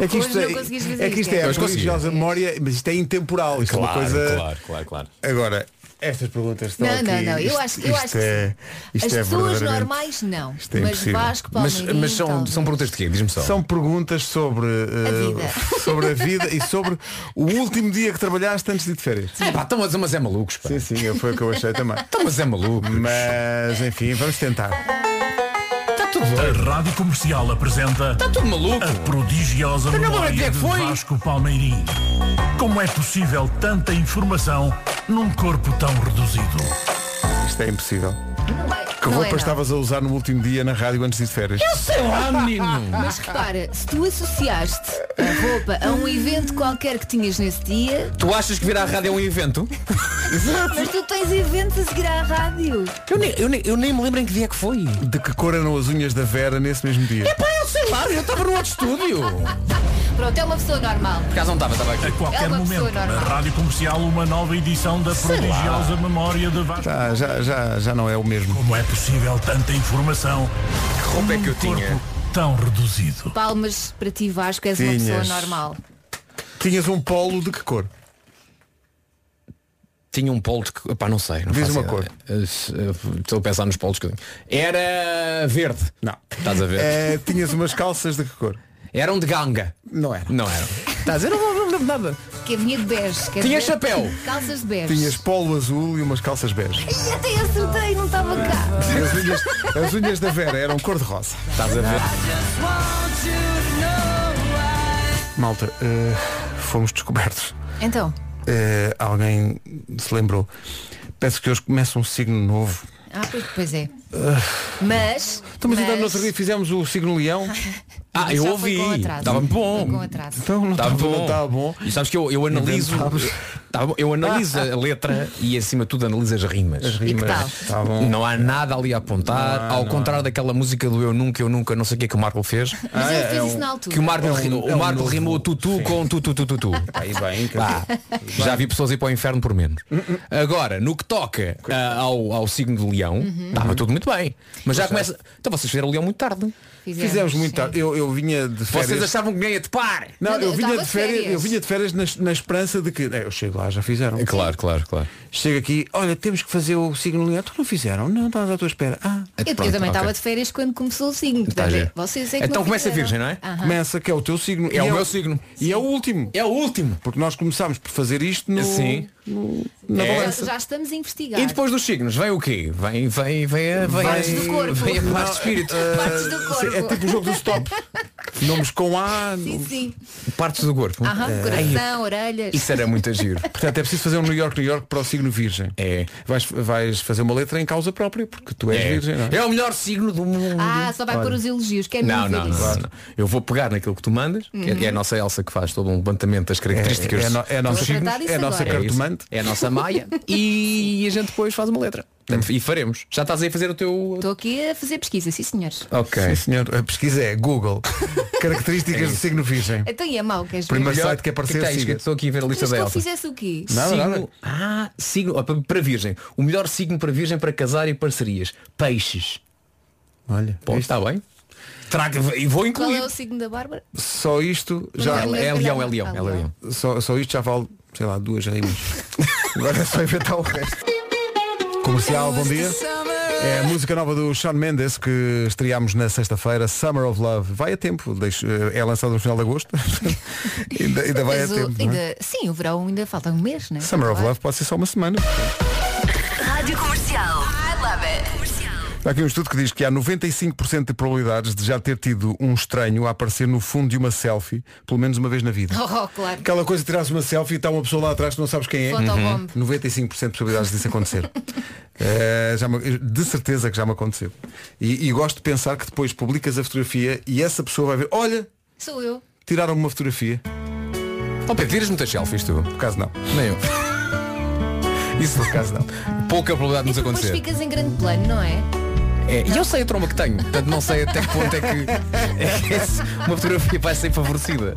S1: É que
S3: Hoje não conseguiste dizer
S1: é, que isto
S3: isto,
S1: é,
S3: é.
S1: a
S4: Hoje consegui.
S1: religiosa memória, mas isto é intemporal. Isto é uma coisa.
S4: claro, claro.
S1: Agora, estas perguntas estão
S3: Não,
S1: aqui.
S3: não, não. Eu
S1: Isto-
S3: acho- eu
S1: isto
S3: acho que
S1: é, isto
S3: As
S1: é
S3: pessoas
S1: verdadeiramente-
S3: normais não.
S1: Isto é
S3: mas
S1: impossível.
S3: Vasco
S4: Mas,
S3: Palmeirinho.
S4: mas são,
S3: talvez.
S4: são perguntas de quê? Diz-me só.
S1: São perguntas sobre eh,
S3: vida.
S1: sobre a vida e sobre o último dia que trabalhaste antes de ir de férias.
S4: É pá, estão a dizer, mas é malucos, pá.
S1: Sim,
S4: Estão,
S1: sim, foi o que eu achei também.
S4: mas é maluco.
S1: Mas enfim, vamos tentar.
S3: Tá
S4: Está tudo
S10: A Rádio Comercial apresenta
S4: Está Tá tudo maluco.
S10: a prodigiosa
S3: Então,
S4: Mas não, mas o que é que
S10: memória de
S4: foi?
S10: Vasco Palmeirim. Como é possível tanta informação num corpo tão reduzido?
S1: Isto é impossível. Que
S3: Não é,
S1: roupa
S3: não.
S1: estavas a usar no último dia na rádio antes de ir de férias?
S4: Sei lá, menino.
S3: Mas repara, se tu associaste a roupa a um evento qualquer que tinhas nesse dia,
S4: Tu achas que vir à rádio é um evento?
S3: mas tu tens eventos a seguir à rádio.
S4: Eu nem, eu, nem, eu nem me lembro em que dia é que foi.
S1: De que cor eram as unhas da Vera nesse mesmo dia?
S4: Pá, eu sei lá, eu estava no outro estúdio.
S3: Pronto, é uma pessoa normal.
S4: Por acaso não estava, estava
S10: A
S4: aqui.
S10: qualquer
S3: É uma pessoa
S10: momento, na
S3: normal.
S10: Rádio Comercial, uma nova edição da prodigiosa memória de Vasco.
S1: Ah, já, já, já não é o mesmo.
S10: Como é possível tanta informação
S4: roupa é que
S10: num
S4: eu tinha?
S10: corpo tão reduzido?
S3: Palmas para ti, Vasco, és uma
S1: Tinhas.
S3: pessoa normal.
S1: Tinhas um polo de que cor?
S4: Tinha um polo de... que- Epá, não sei. Não
S1: Diz
S4: faço
S1: uma
S4: ideia. Eh, se- eh, Estou a pensar nos polos que eu tinha. Era verde.
S1: Não.
S4: Estás a ver?
S1: Eh, tinhas umas calças de que cor?
S4: Eram de ganga.
S1: Não era.
S4: Não eram. Estás a ver? Eu Não me lembro de nada.
S3: Que vinha de bege. quer
S4: Tinha
S3: dizer,
S4: chapéu.
S3: Calças de bege.
S1: Tinhas polo azul e umas calças bege.
S3: E até acertei, não estava cá.
S1: E As unhas, as unhas da Vera eram cor de rosa.
S4: Estás a ver?
S1: Malta, eh, fomos descobertos.
S3: Então,
S1: Eh, alguém se lembrou. Peço que hoje comece um signo novo.
S3: ah, pois, pois é. Mas.
S1: Estamos ainda então, no outro dia fizemos o signo leão.
S4: Ah,
S3: Mas
S4: eu
S3: já foi
S4: ouvi.
S3: com atraso.
S4: Estava
S3: Foi com
S4: bom.
S3: atraso.
S1: Então não
S4: Estava
S1: estava
S4: bom.
S1: não estava bom.
S4: E sabes que eu, eu analiso. Tá bom, eu analiso a letra e acima de tudo analiso as rimas.
S3: E que tal?
S1: Estava bom.
S4: Não há nada ali a apontar, ao contrário daquela música do Eu Nunca, Eu Nunca, não sei o que é que o Marco fez.
S3: Mas ele
S1: é,
S3: fez
S1: é
S3: isso
S1: um-
S3: na
S4: Que o
S3: altura.
S4: Marco,
S1: É um-
S4: rimou-
S1: é
S4: o
S1: um
S4: Marco
S1: novo-
S4: rimou tutu com tu tu tu tu tu.
S1: Aí bem, que-
S4: Pá, já vi pessoas ir para o inferno por menos. Agora, no que toca ah, ao, ao signo do leão,
S3: Uhum.
S4: estava tudo muito bem. Mas já começa. Então vocês fizeram o leão muito tarde.
S1: Fizemos muito
S3: sim.
S1: tarde. Eu, eu vinha de férias.
S4: Vocês achavam que nem ia topar.
S1: Não,
S3: Não,
S1: eu
S3: eu
S1: vinha
S3: tava
S1: de férias,
S3: férias.
S1: eu vinha de férias na, na esperança de que. "É, Eu chego lá, já fizeram.
S4: Claro, claro, claro.
S1: Chego aqui, olha, temos que fazer o signo leão. Tu não fizeram? Não, estás à tua espera. Ah.
S3: Eu, eu
S4: É Pronto,
S3: também
S4: ok.
S3: estava de férias quando começou o signo.
S4: Tá
S3: portanto,
S4: giro.
S3: vocês é que Ah.
S4: Então
S3: não
S4: começa a
S3: fizeram.
S4: virgem, não é?
S3: Aham.
S1: Começa, que é o teu signo.
S4: É
S1: E
S4: o meu signo.
S1: E é o último.
S4: É o último.
S1: Porque nós começámos por fazer isto no,
S4: Sim.
S1: no- na
S4: É.
S1: balança.
S3: Então Já, já estamos a investigar.
S4: E depois dos signos, vem o quê? Vem, vem, vem a. Vem,
S3: Partes do corpo.
S4: Vem a parte de espírito.
S3: Partes do corpo.
S1: É tipo o jogo do stop. Nomes com A.
S4: um-
S3: Sim, sim.
S4: Partes do corpo.
S3: Aham, coração, orelhas.
S4: Isso era muito giro.
S1: Portanto, é preciso fazer um New York, New York para o signo virgem.
S4: É.
S1: Vais, vais fazer uma letra em causa própria, porque tu és virgem, não é? Ah,
S4: É. o melhor signo do mundo.
S3: Ah, só vai pôr os elogios. é Quero
S4: Não,
S3: não,
S4: não, não,
S3: isso.
S4: não. Eu vou pegar naquilo que tu mandas, que é- é a nossa Elsa que faz todo um levantamento das características.
S1: Uhum. É, a no- é a nossa,
S3: Vou tratar
S1: é a
S3: disso
S1: nossa
S3: agora.
S4: É isso.
S1: cartomante.
S4: É a nossa Maia. e a gente depois faz uma letra. Portanto, E faremos. Já estás aí a fazer o teu.
S3: Estou aqui a fazer pesquisa, sim senhores.
S4: Ok.
S1: Sim, senhor. A pesquisa é Google. Características do signo virgem.
S3: Então e é mau, queres ver?
S1: Primeiro
S4: Melhor-
S1: site que aparecer,
S4: está aí
S1: siga.
S4: escrito? Estou aqui a ver a
S3: Mas
S4: lista
S3: que
S4: da
S3: eu
S4: Elsa.
S3: fizesse o quê?
S1: Nada,
S4: signo,
S1: nada.
S4: Ah, signo ó, para- para virgem. O melhor signo para virgem para casar e parcerias. Peixes.
S1: Olha,
S4: Pô, está bem. Traga, e vou
S3: Qual é
S4: incluir.
S3: o signo da Bárbara?
S1: só isto já,
S4: Já, é, leão, é leão, é leão.
S1: só, só isto já vale, sei lá, duas rimas. Agora é só inventar o resto. Comercial, bom dia. É a música nova do Sean Mendes que estreámos na sexta-feira, Summer of Love. Vai a tempo, deixo- é lançado no final de agosto. ainda, ainda vai a
S3: Mas o-
S1: tempo. não é?
S3: ainda- Sim, o verão ainda falta um mês, né?
S1: Summer of Love pode ser só uma semana.
S8: Rádio Comercial. I love it. Comercial.
S1: Há aqui um estudo que diz que há 95% de probabilidades de já ter tido um estranho a aparecer no fundo de uma selfie, pelo menos uma vez na vida.
S3: Oh, claro.
S1: Aquela coisa de tirar-se uma selfie e está uma pessoa lá atrás que não sabes
S4: Uhum.
S1: quem é.
S3: Fotobomb.
S1: 95% de possibilidades disso acontecer. Eh, já me- de certeza que já me aconteceu. E, e gosto de pensar que depois publicas a fotografia e essa pessoa vai ver, olha,
S3: Sou eu.
S1: tiraram-me uma fotografia.
S4: Ó Pedro, tiras muitas selfies tu.
S1: Por acaso não.
S4: Nem eu.
S1: Isso por acaso não.
S4: Pouca probabilidade de nos
S3: Então, Depois
S4: acontecer.
S3: ficas em grande plano, não é?
S4: É, e eu sei a troma que tenho, portanto não sei até que ponto é que, é que esse- uma fotografia vai ser favorecida.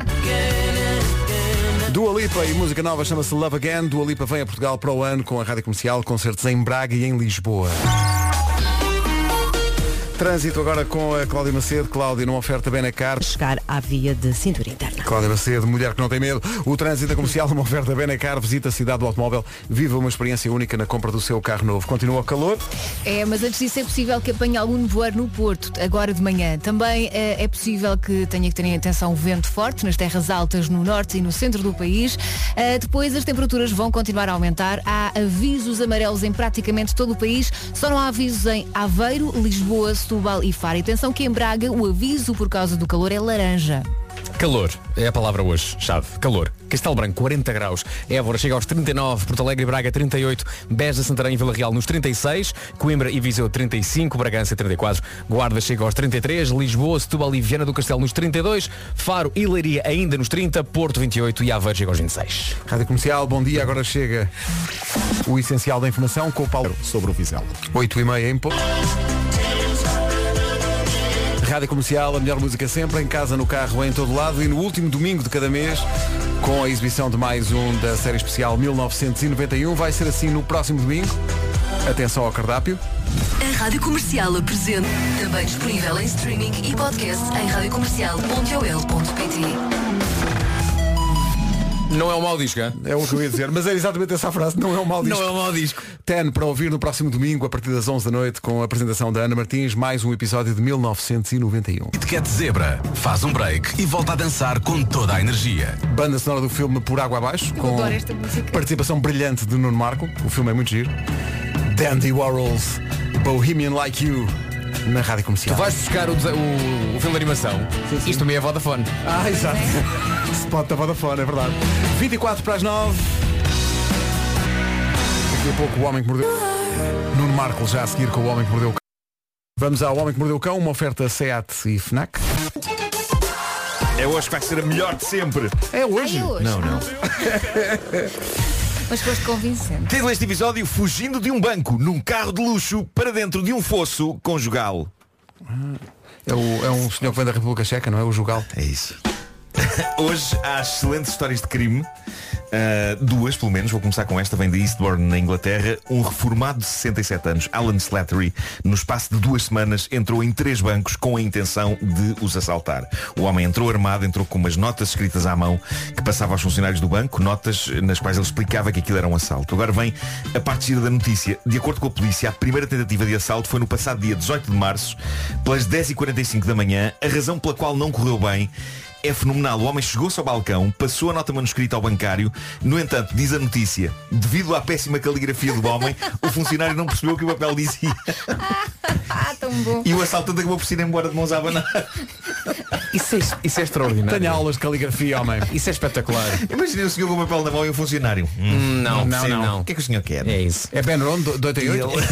S1: Dua Lipa e música nova chama-se Love Again. Dua Lipa vem a Portugal para o ano com a Rádio Comercial, concertos em Braga e em Lisboa. Trânsito agora com a Cláudia Macedo. Cláudia, numa oferta bem na carta.
S2: Chegar à via de cintura interna.
S1: Cláudia Macedo, mulher que não tem medo. O trânsito é comercial, uma oferta Benacar, visita a cidade do automóvel, viva uma experiência única na compra do seu carro novo. Continua o calor.
S3: É, mas antes disso é possível que apanhe algum nevoeiro no Porto, agora de manhã. Também eh, é possível que tenha que ter em atenção o vento forte nas terras altas, no norte e no centro do país. Eh, depois as temperaturas vão continuar a aumentar. Há avisos amarelos em praticamente todo o país. Só não há avisos em Aveiro, Lisboa, Setúbal e Faro. E atenção que em Braga o aviso por causa do calor é laranja.
S4: Calor, é a palavra hoje, chave. Calor. Castelo Branco, 40 graus. Évora chega aos 39, Porto Alegre e Braga 38, Beja, Santarém e Vila Real nos 36, Coimbra e Viseu 35, Bragança 34, Guarda chega aos 33, Lisboa, Setúbal e Viana do Castelo nos 32, Faro e Leiria ainda nos 30, Porto 28 e Aveiro chega aos 26.
S1: Rádio Comercial, bom dia, agora chega o essencial da informação com o Paulo.
S6: Sobre o Vizela.
S1: 8 e meia em ponto. Rádio Comercial, a melhor música sempre, em casa, no carro, em todo lado e no último domingo de cada mês, com a exibição de mais um da série especial 1991. Vai ser assim no próximo domingo. Atenção ao cardápio.
S8: A Rádio Comercial apresenta. Também disponível em streaming e podcast em radiocomercial.ol.pt.
S4: Não é um mau disco, é?
S1: É o que eu ia dizer, mas é exatamente essa a frase, não é um mau disco.
S4: Não é um mau disco.
S1: Ten para ouvir no próximo domingo, a partir das 11 da noite, com a apresentação da Ana Martins, mais um episódio de 1991.
S5: Etiquette Zebra faz um break e volta a dançar com toda a energia.
S1: Banda sonora do filme Por Água Abaixo, com
S3: adoro esta música.
S1: participação brilhante de Nuno Marco. O filme é muito giro. Dandy Warhols, Bohemian Like You, na Rádio Comercial.
S4: Tu vais buscar o, dese- o- o filme de animação. Isto também é Vodafone.
S1: Ah, exato. Spot da Vodafone, é verdade. 24 para as 9. Daqui a pouco o Homem que Mordeu... Nuno Marco já a seguir com o Homem que Mordeu o Vamos ao Homem que Mordeu o Cão, uma oferta SEAT e FNAC.
S6: É hoje que vai ser a melhor de sempre.
S1: É
S3: Ai,
S1: hoje.
S3: é hoje. Não, não. Mas foste convincente.
S6: Título deste episódio Fugindo de um banco num carro de luxo para dentro de um fosso conjugal.
S1: É, o- é um senhor que vem da República Checa, não é? O Jugal.
S6: É isso. Hoje há excelentes histórias de crime. Ah, duas, pelo menos, vou começar com esta, vem de Eastbourne, na Inglaterra. Um reformado de 67 anos, Alan Slattery, no espaço de duas semanas, entrou em três bancos com a intenção de os assaltar. O homem entrou armado, entrou com umas notas escritas à mão que passava aos funcionários do banco, notas nas quais ele explicava que aquilo era um assalto. Agora vem a parte gira da notícia. De acordo com a polícia, a primeira tentativa de assalto foi no passado dia 18 de março, pelas 10h45 da manhã. A razão pela qual não correu bem é fenomenal. O homem chegou-se ao balcão, passou a nota manuscrita ao bancário. No entanto, diz a notícia, devido à péssima caligrafia do homem, o funcionário não percebeu o que o papel dizia.
S3: Ah, tão bom.
S6: E o assaltante acabou por se ir embora de mãos à banana.
S4: Isso é, isso é extraordinário.
S1: Tenha aulas de caligrafia, homem.
S4: Isso é espetacular.
S6: Imagina o senhor com o papel na mão e o funcionário. Hum,
S4: Não, não,
S6: sei
S4: não.
S6: O que é que o senhor quer?
S4: É isso.
S1: É Ben Ron, do- do
S6: E
S1: 88?
S6: ele...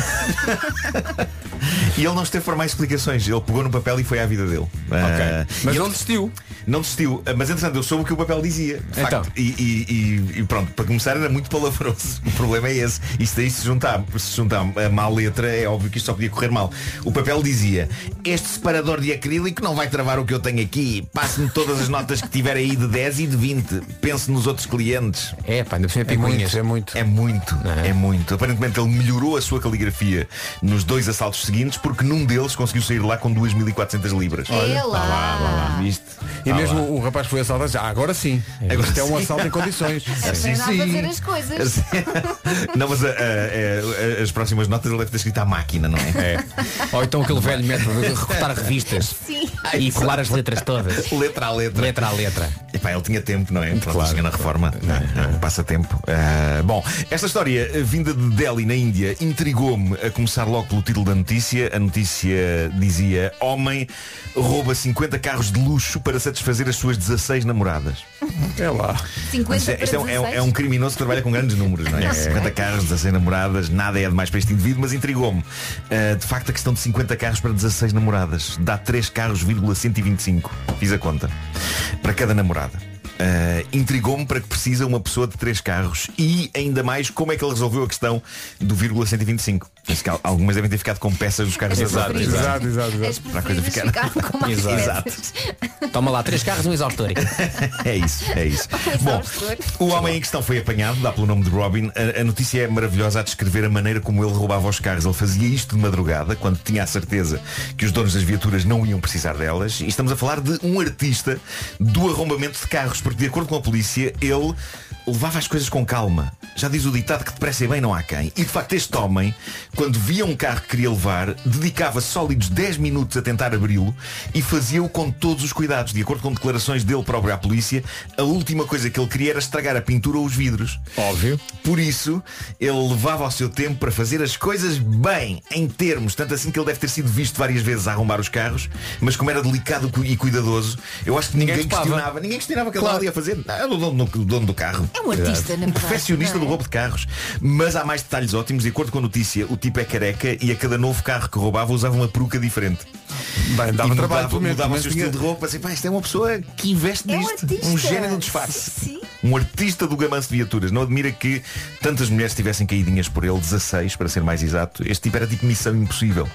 S6: e ele não esteve por mais explicações. Ele pegou no papel e foi à vida dele. Ah,
S4: Mas
S6: e
S4: não
S6: ele-
S4: desistiu.
S6: Não desistiu, mas entretanto eu soube o que o papel dizia. de facto.
S4: Então.
S6: E, e- e- e pronto, para começar era muito palavroso. O problema é esse. Isto daí se juntar, se juntar a má letra, é óbvio que isto só podia correr mal. O papel dizia, este separador de acrílico não vai travar o que eu tenho aqui. Passe-me todas as notas que tiver aí de 10 e de 20. Pense nos outros clientes.
S4: É, pá, ainda por cima é
S1: É
S4: picuinhas.
S1: muito, é muito.
S6: É muito,
S4: É.
S6: é? muito. Aparentemente ele melhorou a sua caligrafia nos dois assaltos seguintes porque num deles conseguiu sair lá com 2.400 libras.
S3: Olha.
S6: Vá lá, vá lá, viste?
S1: E
S4: Ah,
S6: Vá
S1: mesmo
S6: lá.
S1: o rapaz que foi assaltado, já, agora sim.
S6: Agora
S1: Isto é um
S6: sim.
S1: assalto em condições.
S3: Aprenda a É fazer as coisas.
S6: Não, mas a- a- a- as próximas notas ele deve ter escrito à máquina, não é?
S4: Ou então aquele velho método de recortar revistas e colar as letras todas.
S6: Letra a letra.
S4: Letra a letra.
S6: Epá, ele tinha tempo, não é? Pronto,
S4: Claro.
S6: claro. na reforma. Não, Passa tempo. Ah, bom, esta história eh, vinda de Delhi, na Índia, intrigou-me a começar logo pelo título da notícia. A notícia dizia Homem rouba 50 carros de luxo para satisfazer as suas 16 namoradas.
S1: É lá.
S3: 50
S6: Isto é,
S3: para
S6: isto é um- é um-
S3: 16.
S6: é um criminoso que trabalha com grandes números, não é? 50 carros, 16 namoradas, nada é demais para este indivíduo, mas intrigou-me. Ah, de facto, a questão de 50 carros para 16 namoradas dá 3 carros, vírgula 125. Fiz a conta. Para cada namorada. Ah, intrigou-me para que precisa uma pessoa de 3 carros e ainda mais como é que ele resolveu a questão do vírgula 125. Penso que al- algumas devem ter ficado com peças dos carros
S3: As
S6: das
S3: preferidas.
S6: outras.
S1: exato, exato, exato.
S3: As
S6: Para a coisa
S3: preferidas
S6: ficar-
S3: ficaram com mais
S6: Exato.
S3: peças.
S4: Toma lá, três carros, um exaustor.
S6: É isso, é isso. Bom,
S3: exaustor.
S6: o homem em questão foi apanhado, dá pelo nome de Robin. A, a notícia é maravilhosa a descrever a maneira como ele roubava os carros. Ele fazia isto de madrugada, quando tinha a certeza que os donos das viaturas não iam precisar delas. E estamos a falar de um artista do arrombamento de carros, porque de acordo com a polícia, ele levava as coisas com calma. Já diz o ditado que depressa e bem não há quem. E de facto este homem, quando via um carro que queria levar, dedicava sólidos 10 minutos a tentar abri-lo e fazia-o com todos os cuidados. De acordo com declarações dele próprio à polícia, a última coisa que ele queria era estragar a pintura ou os vidros.
S4: Óbvio.
S6: Por isso, ele levava o seu tempo para fazer as coisas bem, em termos, tanto assim que ele deve ter sido visto várias vezes a arrumar os carros, mas como era delicado cu- e cuidadoso, eu acho que ninguém,
S4: Ninguém topava.
S6: questionava, ninguém questionava o que ele ali a fazer. Não, é o dono, do- o dono do carro.
S3: É um artista, na
S6: Um
S3: verdade,
S6: profissionista
S3: não
S6: do
S3: é?
S6: roubo de carros. Mas há mais detalhes ótimos. De acordo com a notícia, o tipo é careca e a cada novo carro que roubava usava uma peruca diferente.
S1: Bem, dava
S6: e
S1: trabalho.
S6: mudava,
S1: pelo menos,
S6: mudava o
S1: mas
S6: seu
S1: tinha-
S6: estilo de roupa. Assim, "Pá, isto é uma pessoa que investe
S3: É um
S6: nisto.
S3: artista.
S6: gênio do disfarce.
S3: Sim.
S6: Um artista do gamanço de viaturas. Não admira que tantas mulheres tivessem caidinhas por ele, 16 para ser mais exato. Este tipo era tipo missão impossível.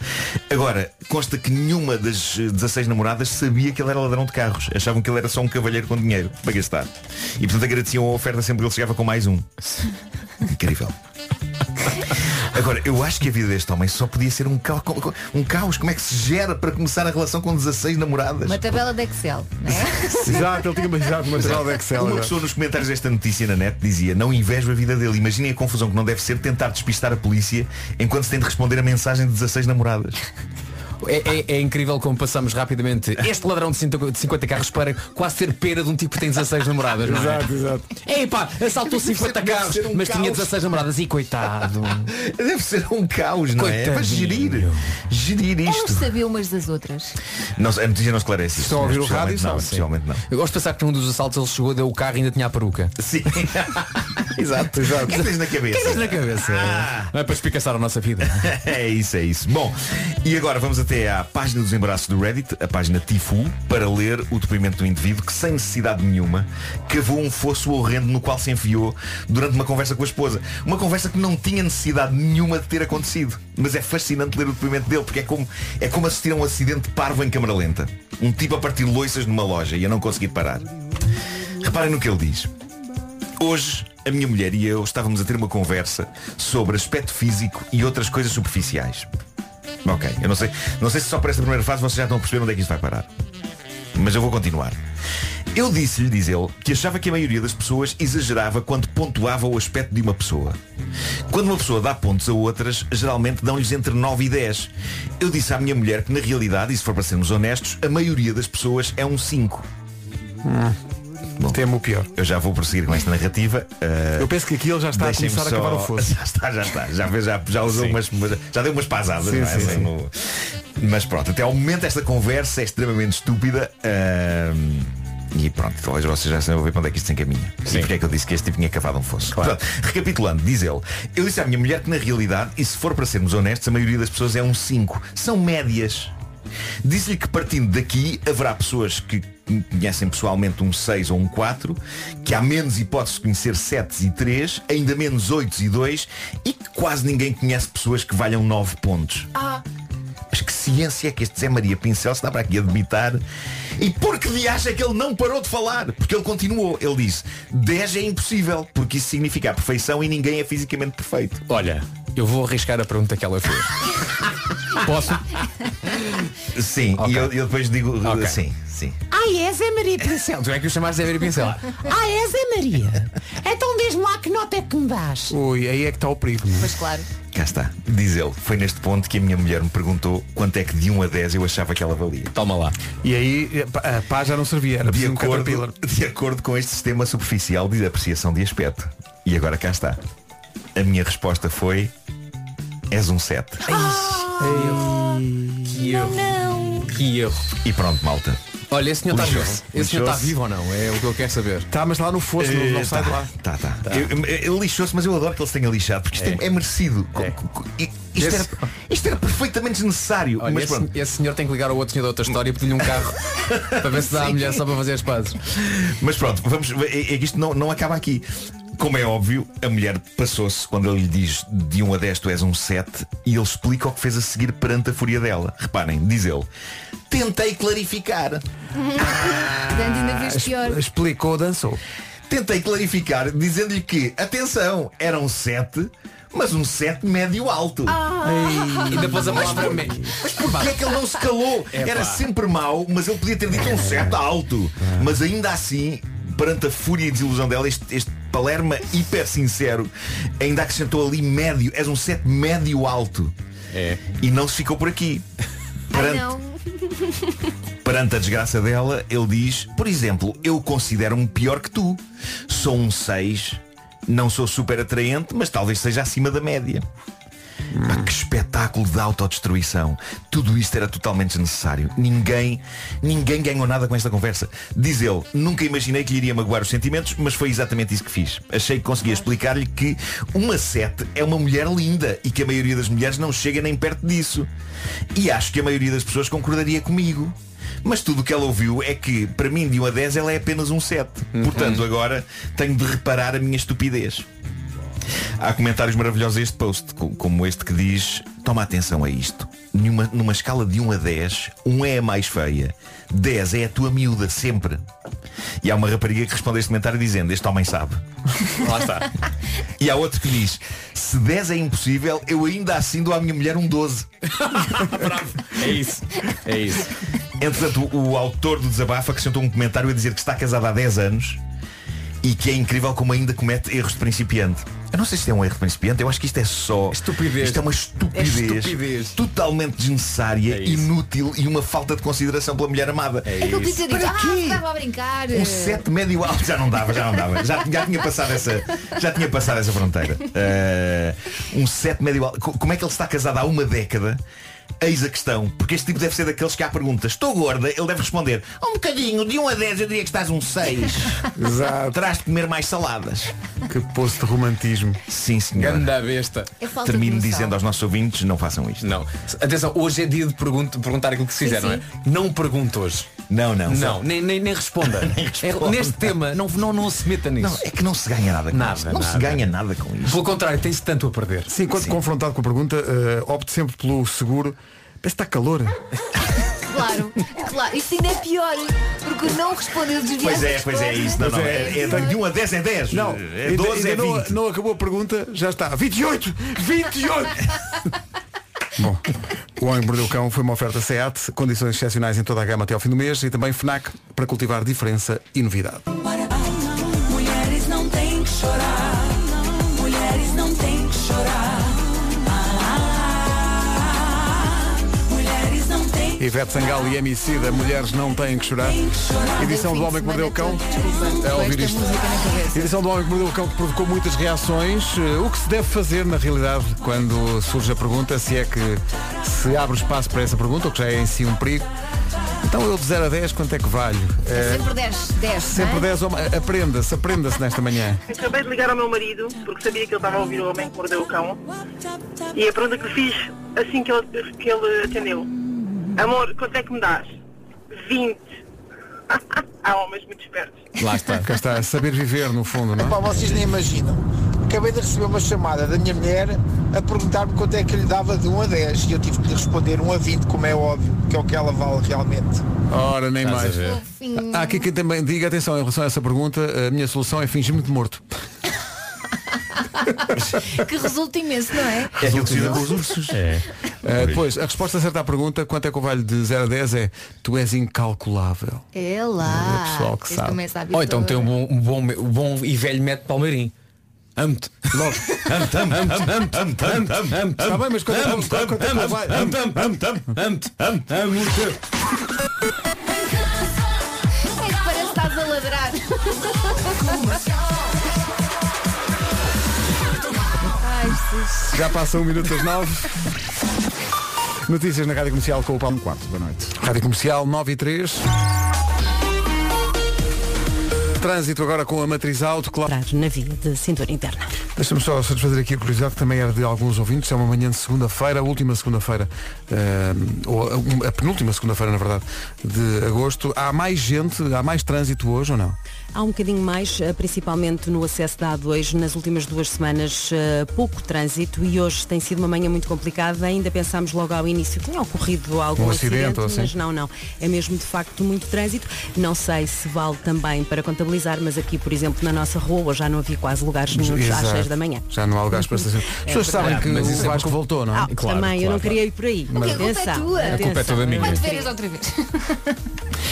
S6: Agora, consta que nenhuma das eh, 16 namoradas sabia que ele era ladrão de carros. Achavam que ele era só um cavalheiro com dinheiro para gastar. E portanto agradeciam a oferta sempre que ele chegava com mais um. Incrível. Agora, eu acho que a vida deste homem só podia ser um caos. Um caos. Como é que se gera para começar a relação com 16 namoradas?
S3: Uma tabela de Excel, não é?
S1: Exato, ele tinha imaginado o material da Excel.
S6: Uma
S1: agora.
S6: pessoa nos comentários desta notícia na net dizia Não invejo a vida dele Imaginem a confusão que não deve ser tentar despistar a polícia Enquanto se tem de responder a mensagem de 16 namoradas
S4: É, é- é incrível como passamos rapidamente este ladrão de 50 de 50 carros para quase ser pera de um tipo que tem 16 namoradas. Não é?
S1: Exato, exato.
S4: Ei pá, assaltou 50
S6: Deve
S4: carros,
S6: ser um
S4: mas tinha
S6: caos.
S4: 16 namoradas. E coitado.
S6: Deve ser um caos, não é? É Para
S4: Coitadinho.
S6: gerir Gerir
S3: Elas
S6: isto
S3: sabiam umas das outras.
S6: não, A notícia não esclarece isso
S1: Estão a ouvir o
S6: mas
S1: rádio,
S6: possivelmente
S1: sabe?
S6: não,
S1: Sim.
S6: possivelmente não
S4: Eu gosto de pensar que num dos assaltos ele chegou, deu o carro e ainda tinha a peruca.
S6: Sim Exato
S1: Exato.
S6: O que é que tens na cabeça?
S4: Mas na cabeça.
S6: Ah.
S4: Não é para espicaçar a nossa vida.
S6: é isso, é isso. Bom, e agora vamos a até à página dos embaraços do Reddit, a página Tifu, para ler o depoimento do indivíduo que, sem necessidade nenhuma, cavou um fosso horrendo no qual se enfiou durante uma conversa com a esposa. Uma conversa que não tinha necessidade nenhuma de ter acontecido. Mas é fascinante ler o depoimento dele, porque é como, é como assistir a um acidente parvo em câmara lenta. Um tipo a partir loiças numa loja e a não conseguir parar. Reparem no que ele diz. Hoje, a minha mulher e eu estávamos a ter uma conversa sobre aspecto físico e outras coisas superficiais. Ok, eu não sei, não sei se só para esta primeira fase vocês já estão a perceber onde é que isto vai parar. Mas eu vou continuar. Eu disse-lhe, diz ele, que achava que a maioria das pessoas exagerava quando pontuava o aspecto de uma pessoa. Quando uma pessoa dá pontos a outras, geralmente dão-lhes entre 9 e 10. Eu disse à minha mulher que na realidade, e se for para sermos honestos, a maioria das pessoas é um 5. Bom,
S1: Temo o pior.
S6: Eu já vou prosseguir com esta narrativa. Ah,
S1: Eu penso que aqui ele já está a
S6: Deixem-me
S1: começar a
S6: só-
S1: acabar o fosso.
S6: Já está, já está. Já, fez- já, já usou
S1: Sim.
S6: umas, umas- Já deu umas pasadas,
S1: Sim,
S6: não é?
S1: sim,
S6: Assim,
S1: sim.
S6: no- Mas pronto, até ao momento esta conversa é extremamente estúpida. ahm, E pronto, talvez vocês já saibam ver para onde é que isto se encaminha. E porque é que eu disse que este tipo tinha cavado um fosso. Portanto, recapitulando, diz ele, eu disse à minha mulher que na realidade, e se for para sermos honestos, a maioria das pessoas é um 5. São médias. Diz-lhe que partindo daqui haverá pessoas que conhecem pessoalmente um 6 ou um 4, que há menos hipóteses de conhecer 7 e 3, ainda menos 8 e 2, e que quase ninguém conhece pessoas que valham 9 pontos.
S3: Ah,
S6: Mas que ciência é que este Zé Maria Pincel se dá para aqui a debitar? E por que de acha que ele não parou de falar? Porque ele continuou. Ele disse, 10 é impossível, porque isso significa a perfeição e ninguém é fisicamente perfeito.
S4: Olha, eu vou arriscar a pergunta que ela fez. Posso?
S6: Sim, e eu, eu depois digo, sim, sim.
S11: Ah, é Zé Maria Pincel.
S4: Tu é que o chamaste Zé Maria Pincel?
S11: Ah, é Zé Maria. Então diz-me lá que nota é que me dás.
S1: Ui, aí é que está o perigo.
S3: Mas claro.
S6: Cá está, diz ele. Foi neste ponto que a minha mulher me perguntou quanto é que de 1 a 10 eu achava que ela valia.
S4: Toma lá.
S1: E aí eh, pá, a pá já não servia, era
S6: De
S1: preciso um
S6: acordo,
S1: Caterpillar.
S6: de acordo com este sistema superficial de apreciação de aspecto. E agora cá está. A minha resposta foi. És um 7.
S4: Que erro. Que erro.
S6: E pronto, malta.
S4: Olha, esse senhor está vivo.
S6: Lixou-se.
S4: Esse senhor está
S6: Lixou-se.
S4: vivo ou não? É o que eu quero saber.
S1: Está, Tá, mas lá no fosso, não, não
S6: Eh,
S1: sai de lá.
S6: Tá, tá. Eu- eu- Ele lixou-se, mas eu adoro que ele se tenha lixado, porque isto é, é merecido. Co- co- co- i- Isto,
S4: Esse-
S6: era, isto era perfeitamente desnecessário.
S4: Olha,
S6: mas
S4: esse,
S6: pronto.
S4: esse senhor tem que ligar ao outro senhor da outra história e pedir-lhe um carro para ver se dá a mulher só para fazer as pazes.
S6: Mas pronto, vamos, é, é que isto não, não acaba aqui. Como é óbvio, a mulher passou-se quando ele lhe diz de 1 a 10 tu és um 7 e ele explica o que fez a seguir perante a fúria dela. Reparem, diz ele, tentei clarificar.
S3: Portanto, ainda vez pior.
S1: Explicou, dançou.
S6: Tentei clarificar dizendo-lhe que, atenção, era um 7, mas um 7 médio alto.
S4: E depois a palavra me...
S6: Mas porquê é que ele não se calou? Era sempre mau, mas ele podia ter dito um 7 alto. Mas ainda assim, perante a fúria e desilusão dela, este, este Palerma hiper sincero ainda acrescentou ali médio. És um 7 médio alto.
S4: É.
S6: E não se ficou por aqui.
S3: Ai,
S6: Perante,
S3: Ah, não.
S6: perante a desgraça dela, ele diz, por exemplo, eu considero-me pior que tu. Sou um 6, não sou super atraente, mas talvez seja acima da média. Pá, que espetáculo de autodestruição. Tudo isto era totalmente desnecessário. Ninguém, ninguém ganhou nada com esta conversa. Diz ele, nunca imaginei que lhe iria magoar os sentimentos, mas foi exatamente isso que fiz. Achei que conseguia explicar-lhe que uma sete é uma mulher linda e que a maioria das mulheres não chega nem perto disso. E acho que a maioria das pessoas concordaria comigo. Mas tudo o que ela ouviu é que, para mim, de 1 a 10, ela é apenas um 7. Portanto, agora tenho de reparar a minha estupidez. Há comentários maravilhosos a este post, co- como este que diz, toma atenção a isto. Numa, numa escala de 1 a 10, 1 é a mais feia. 10 é a tua miúda, sempre. E há uma rapariga que responde a este comentário dizendo, este homem sabe. Lá está. E há outro que diz, se 10 é impossível, eu ainda assim dou à minha mulher um 12.
S4: É isso. É isso.
S6: Entretanto, o o autor do desabafo acrescentou um comentário a dizer que está casado há 10 anos e que é incrível como ainda comete erros de principiante. Eu não sei se é um erro de principiante, eu acho que isto é só.
S4: Estupidez.
S6: Isto é uma estupidez.
S4: É estupidez.
S6: Totalmente desnecessária,
S4: É isso.
S6: inútil e uma falta de consideração pela mulher amada.
S3: É que eu podia ter dito,
S6: Para
S3: ah,
S6: quê?
S3: estava a brincar.
S6: Um 7 médio alto já não dava, já não dava. Já, já tinha passado essa, já tinha passado essa fronteira. Eh, um 7 médio alto. Co- Como é que ele está casado há uma década Eis a questão, porque este tipo deve ser daqueles que há perguntas. Estou gorda, ele deve responder. Um bocadinho, de 1 a 10 eu diria que estás um 6.
S1: Exato.
S6: Terás de comer mais saladas.
S1: Que poço de romantismo.
S6: Sim, senhor.
S4: Ganda besta.
S3: É falta de
S6: Termino
S3: noção.
S6: dizendo aos nossos ouvintes, não façam isto.
S4: Não. Atenção, hoje é dia de pergun- perguntar aquilo que se fizer,
S3: Sim,
S4: não é? Não pergunte hoje.
S6: Não, não.
S4: Não, nem, nem, nem responda.
S6: responda.
S4: É, neste tema, não, não, não se meta nisso.
S6: Não, é que não se ganha nada com
S4: Nada,
S6: isto. Não se
S4: nada.
S6: ganha nada com isto.
S4: Pelo contrário, tem-se tanto a perder.
S1: Sim, quando confrontado com a pergunta, eh, opte sempre pelo seguro. Parece que está calor.
S3: Claro, claro. Isto ainda é pior, porque não responder desviado.
S6: Pois é, pois é isso. Não, não, é, é de 1 a 10 é 10. é
S1: ainda-
S6: 12 é
S1: ainda
S6: 20.
S1: Não, não acabou a pergunta, já está. 28! 28! Bom, o Homem que Mordeu o Cão foi uma oferta SEAT, condições excepcionais em toda a gama até ao fim do mês e também FNAC para cultivar diferença e novidade.
S8: Mulheres não têm que chorar. Mulheres não têm que chorar. Mulheres não têm
S1: Ivete Sangal e Emicida, Mulheres Não Têm Que Chorar. Edição do é um Homem que Mordeu o Cão.
S3: Desculpa,
S1: É
S3: com
S1: ouvir
S3: esta
S1: isto.
S3: música na cabeça.
S1: Edição do Homem que Mordeu o Cão que provocou muitas reações. Eh, O que se deve fazer, na realidade, quando surge a pergunta, se é que se abre espaço para essa pergunta, o que já é em si um perigo. Então eu de 0 a 10, quanto é que valho? Eh,
S3: Sempre 10, 10.
S1: sempre 10 ou mais. Aprenda-se, aprenda-se nesta manhã.
S12: Acabei de ligar ao meu marido, porque sabia que ele estava a ouvir o homem que mordeu o cão. E a pergunta que lhe fiz, assim que ele, que ele atendeu. Amor, quanto é que me dás? 20. Há homens muito espertos.
S4: Lá está.
S1: Cá está, saber viver, no fundo, não é?
S13: Pá, vocês nem imaginam. Acabei de receber uma chamada da minha mulher a perguntar-me quanto é que lhe dava de 1 a 10 e eu tive de lhe responder 1 a 20, como é óbvio, que é o que ela vale realmente.
S1: Ora, nem
S4: Estás a
S1: mais.
S4: ver.
S1: Há aqui quem também diga, atenção, em relação a essa pergunta, a minha solução é fingir-me de morto.
S3: Que resulta imenso, não é?
S6: É aquilo que se usa com os ursos.
S1: Eh, depois, a resposta certa à pergunta, quanto é que eu valho de 0 a 10 é tu és incalculável.
S3: É lá.
S1: É o pessoal que
S3: Este
S1: sabe.
S3: também sabe
S4: Ou então
S3: tudo.
S4: tem um bom, um bom, um bom e velho Mete Palmeirim. Amo-te. Logo. Amo-te, amo-te, amo-te, amo-te, amo-te, amo-te.
S1: Está Tá bem, mas é quando-
S4: Amo-te,
S1: quando- quando- quando-
S4: amo-te, amo-te, amo-te, amo-te, amo-te, amo-te.
S3: É que parece que estás a ladrar. Ai, Jesus.
S1: Já passa um minuto das 9. Notícias na Rádio Comercial com o Palmo 4. Boa Um noite. Rádio Comercial 9 e 3. Trânsito agora com a matriz alto, claro.
S2: Entrar na via de cintura interna.
S1: Deixa-me só satisfazer aqui a curiosidade que também era de alguns ouvintes. É uma manhã de segunda-feira, a última segunda-feira, eh, ou a, um- a penúltima segunda-feira, na verdade, de agosto. Há mais gente, há mais trânsito hoje ou não?
S2: Há um bocadinho mais, eh, principalmente no acesso da A2. Nas últimas duas semanas, eh, pouco trânsito e hoje tem sido uma manhã muito complicada. Ainda pensámos logo ao início que tinha ocorrido algum
S1: Um acidente
S2: acidente,
S1: ou assim.
S2: mas não, não. É mesmo de facto muito trânsito. Não sei se vale também para contabilizar, mas aqui, por exemplo, na nossa rua já não havia quase lugares nos, às
S1: Exato.
S2: 6 da manhã. É
S1: Já não há lugares para estacionar. As pessoas sabem
S4: verdade.
S1: que
S4: Mas
S1: o
S4: isso é
S1: Vasco voltou, não é?
S2: Ah,
S4: Claro,
S2: também, eu não
S4: claro,
S2: queria ir por aí.
S3: Mas- A culpa é
S2: Atenção,
S3: tua. A
S4: culpa é toda
S2: atenção.
S4: minha.
S3: Vai de férias outra vez.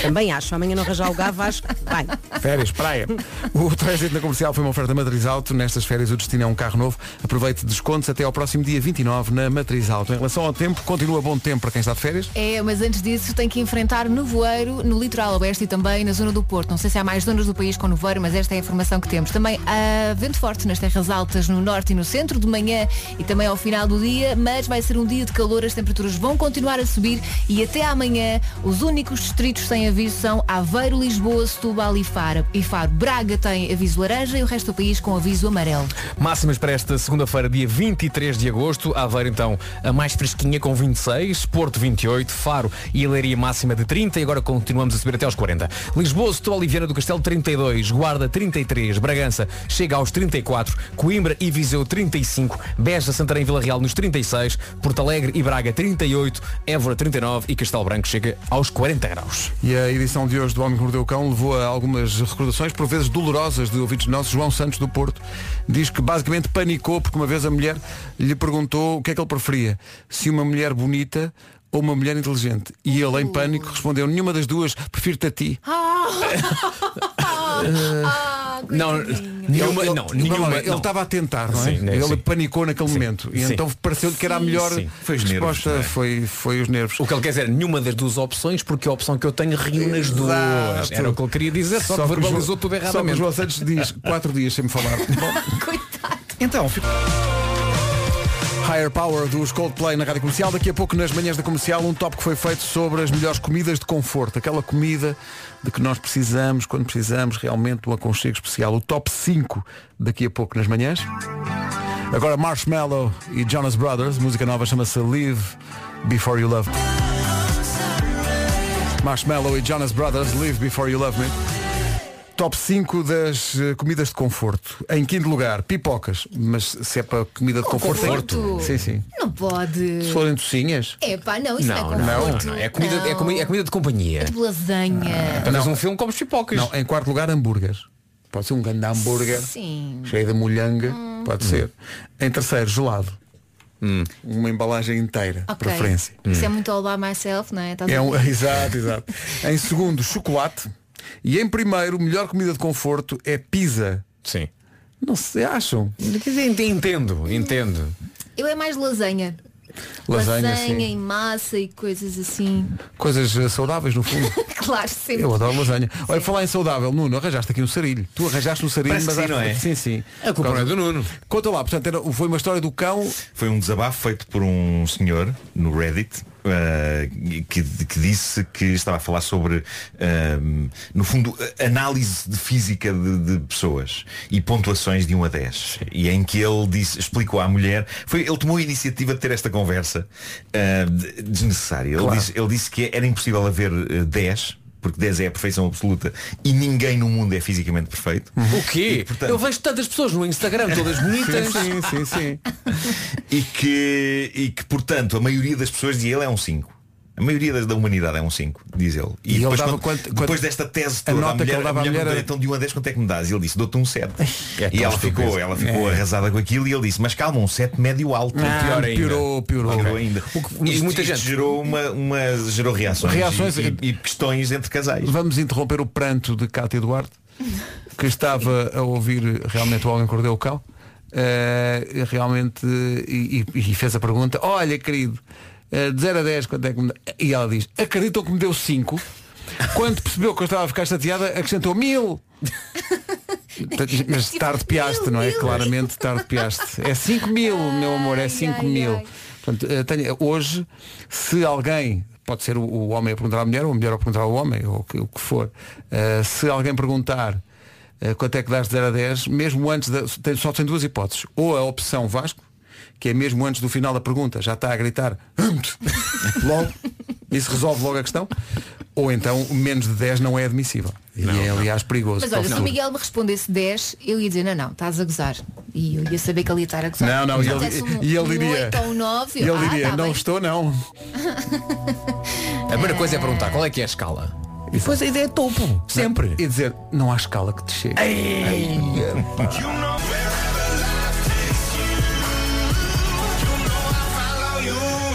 S2: Também acho, amanhã não arranjar o gás, Vasco, vai.
S1: Férias, praia. O trânsito na comercial foi uma oferta Matriz Alto. Nestas férias o destino é um carro novo. Aproveite descontos até ao próximo dia 29 na Matriz Alto. Em relação ao tempo, continua bom tempo para quem está de férias.
S3: É, mas antes disso tem que enfrentar nevoeiro no litoral oeste e também na zona do Porto. Não sei se há mais zonas do país com nevoeiro, mas esta é a informação que temos. Também há vento forte nas terras altas no norte e no centro de manhã e também ao final do dia, mas vai ser um dia de calor, as temperaturas vão continuar a subir e até amanhã os únicos distritos sem aviso são Aveiro, Lisboa, Setúbal e Faro. E Faro, Braga tem aviso laranja e o resto do país com aviso amarelo.
S4: Máximas para esta segunda-feira, dia 23 de agosto. Aveiro, então, a mais fresquinha com 26, Porto 28, Faro e Leiria máxima de 30 e agora continuamos a subir até aos 40. Lisboa, Setúbal e Viana do Castelo 32, Guarda 33, Bragança chega aos 34, Coimbra e Viseu 35, Beja, Santarém e Vila Real nos 36, Porto Alegre e Braga 38, Évora 39 e Castelo Branco chega aos 40 graus.
S1: E a edição de hoje do Homem que Mordeu o Cão levou a algumas recordações, por vezes dolorosas, de ouvidos nossos. João Santos do Porto diz que basicamente panicou porque uma vez a mulher lhe perguntou o que é que ele preferia. Se uma mulher bonita ou uma mulher inteligente. E ele,
S4: Oh.
S1: em pânico, respondeu, nenhuma das duas, prefiro-te a ti.
S4: Ah, Não, nenhuma, não,
S1: Vamos
S4: nenhuma,
S1: lá, ele
S4: não.
S1: estava a tentar, não é?
S4: Sim, né,
S1: ele
S4: sim.
S1: panicou naquele
S4: Sim,
S1: momento. E
S4: sim.
S1: então pareceu-lhe que era a
S4: Sim,
S1: melhor
S4: sim.
S6: Foi os
S1: resposta.
S6: nervos, não é?
S1: foi, foi os nervos.
S4: O que ele quer dizer, nenhuma das duas opções, porque a opção que eu tenho reúne nas duas.
S1: Exato.
S4: Era o que ele queria dizer, só, que
S1: o João-
S4: verbalizou tudo
S1: Só que o
S4: erradamente.
S1: João Santos diz quatro dias sem me falar. Bom,
S3: Coitado.
S6: Então, fico-
S1: Higher Power dos Coldplay na Rádio Comercial. Daqui a pouco, nas manhãs da comercial, um top que foi feito sobre as melhores comidas de conforto. Aquela comida de que nós precisamos, quando precisamos, realmente de um aconchego especial. O top 5 daqui a pouco nas manhãs. Agora Marshmallow e Jonas Brothers. Música nova chama-se Live Before You Love. Me. Marshmallow e Jonas Brothers, Live Before You Love Me. Top 5 das eh, comidas de conforto. Em quinto lugar, pipocas. Mas se é para comida de
S3: Oh,
S1: conforto, tem-
S3: conforto.
S1: Sim, sim.
S3: Não pode.
S1: Se forem tocinhas.
S3: É pá, não, isso não,
S1: Não,
S3: é
S1: não,
S3: conforto.
S1: não,
S4: É comida, É, comi- é comida de
S3: É
S4: companhia.
S3: de lasanha.
S4: Apenas um filme comes pipocas.
S1: Não, em quarto lugar, hambúrguer. Pode ser um grande hambúrguer.
S3: Sim.
S1: Cheio de molhanga. Pode ser. Em terceiro, gelado.
S4: Hum.
S1: Uma embalagem inteira.
S3: Ok.
S1: Preferência. Hum.
S3: Isso é muito olá myself, não é? Estás
S1: É
S3: a
S1: um,
S3: ver?
S1: exato, exato. Em segundo, chocolate. E em primeiro, melhor comida de conforto é pizza.
S4: Sim.
S1: Não se acham?
S4: Entendo, entendo.
S3: Eu é mais lasanha.
S1: Lasanha, sim.
S3: e massa e coisas assim.
S1: Coisas eh, saudáveis, no fundo.
S3: Claro, sempre.
S1: Eu adoro lasanha. Olha, falar em saudável, Nuno, arranjaste aqui um sarilho. Tu arranjaste um sarilho,
S6: Parece que
S1: mas
S6: sim, não é?
S1: Sim, sim.
S6: A culpa não é do
S1: Nuno. Conta lá, portanto, era- foi uma história do cão.
S6: Foi um desabafo feito por um senhor no Reddit eh, que, que disse que estava a falar sobre, ehm, no fundo, a- análise de física de, de pessoas e pontuações de 1 a 10. E em que ele disse, explicou à mulher, foi, ele tomou a iniciativa de ter esta conversa eh, de- desnecessária. Ele,
S14: Claro.
S6: disse, ele disse que era impossível haver eh, 10 porque 10 é a perfeição absoluta e ninguém no mundo é fisicamente perfeito.
S4: Uhum. O quê? Eu vejo tantas pessoas no Instagram, todas bonitas.
S1: Sim, sim, sim.
S6: e que, e que, portanto, a maioria das pessoas, dizia ele, é um 5. A maioria das- da humanidade é um 5, diz ele.
S1: E ele
S6: depois,
S1: dava
S6: quando-
S1: quanto- quanto-
S6: depois desta tese
S1: a
S6: toda,
S1: nota que
S6: mulher,
S1: ele dava à
S6: mulher
S1: mulher
S6: perguntou,
S1: era-
S6: então de 1 a 10 quanto é que me dás? E ele disse, dou-te um 7.
S1: É
S6: e
S1: tão
S6: ela ficou,
S1: estúpido.
S6: ela ficou
S1: É.
S6: arrasada com aquilo e ele disse, mas calma, um 7 médio alto.
S1: Ah, piorou, piorou.
S6: ainda.
S1: mas
S6: Isto,
S1: muita
S6: isto gerou, uma, uma- gerou reações,
S1: Reações-
S6: e, e- e questões entre casais.
S1: Vamos interromper o pranto de Cátia Duarte, que estava a ouvir realmente o Alguém Cordeu o Cão. eh, realmente eh, e, e- e fez a pergunta, olha querido, eh, de 0 a 10 quanto é que me dá? E ela diz, acreditam que me deu 5. Quando percebeu que eu estava a ficar chateada, acrescentou mil. Mas tarde piaste, não é? Claramente tarde piaste. É 5 mil, meu amor, é 5 mil. Portanto, eh, tenho- hoje, se alguém, pode ser o, o homem a perguntar à mulher, ou a mulher a perguntar ao homem, ou o que, o que for, eh, se alguém perguntar eh, quanto é que dás de 0 a 10, mesmo antes da. tem- só tem duas hipóteses. Ou a opção Vasco, que é mesmo antes do final da pergunta, já está a gritar "Ante!" logo, isso resolve logo a questão. Ou então menos de 10 não é admissível. E é aliás perigoso.
S3: Mas
S1: para o
S3: olha, se o
S1: futuro.
S3: Miguel me respondesse 10, eu ia dizer, não, não, estás a gozar. E eu ia saber que ele ia estar a gozar.
S1: Não, não, e
S3: Se
S1: ele-
S3: dissesse um-
S1: e ele
S3: um
S1: diria-
S3: oito ou um nove,
S1: E ele
S3: ah,
S1: diria,
S3: tá
S1: não
S3: bem.
S1: estou não.
S4: A primeira coisa é perguntar qual é que é a escala.
S1: Pois a ideia é topo, sempre. É, E dizer, não há escala que te chegue.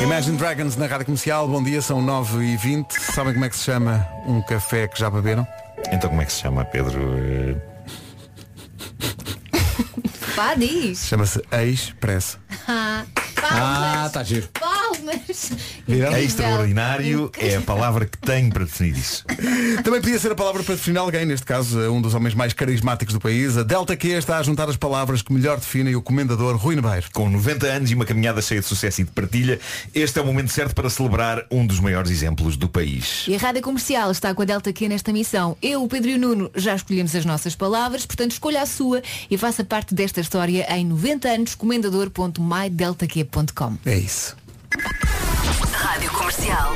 S1: Imagine Dragons na rádio comercial, bom dia, são 9h20. Sabem como é que se chama um café que já beberam?
S6: Então como é que se chama, Pedro? Eh,
S3: Pá, diz.
S1: Chama-se Expresso.
S3: Ah, palmas.
S1: está giro.
S3: Palmas.
S1: Viram?
S6: É extraordinário, é a palavra que tenho para definir isso.
S1: Também podia ser a palavra para definir alguém, neste caso um dos homens mais carismáticos do país. A Delta Q está a juntar as palavras que melhor definem o comendador Rui Nebeiro.
S6: Com 90 anos e uma caminhada cheia de sucesso e de partilha, este é o momento certo para celebrar um dos maiores exemplos do país.
S3: E a Rádio Comercial está com a Delta Q nesta missão. Eu, o Pedro e o Nuno já escolhemos as nossas palavras, portanto escolha a sua e faça parte desta história em 90 anos comendador.mydeltaq.com.
S1: É isso.
S8: Rádio Comercial.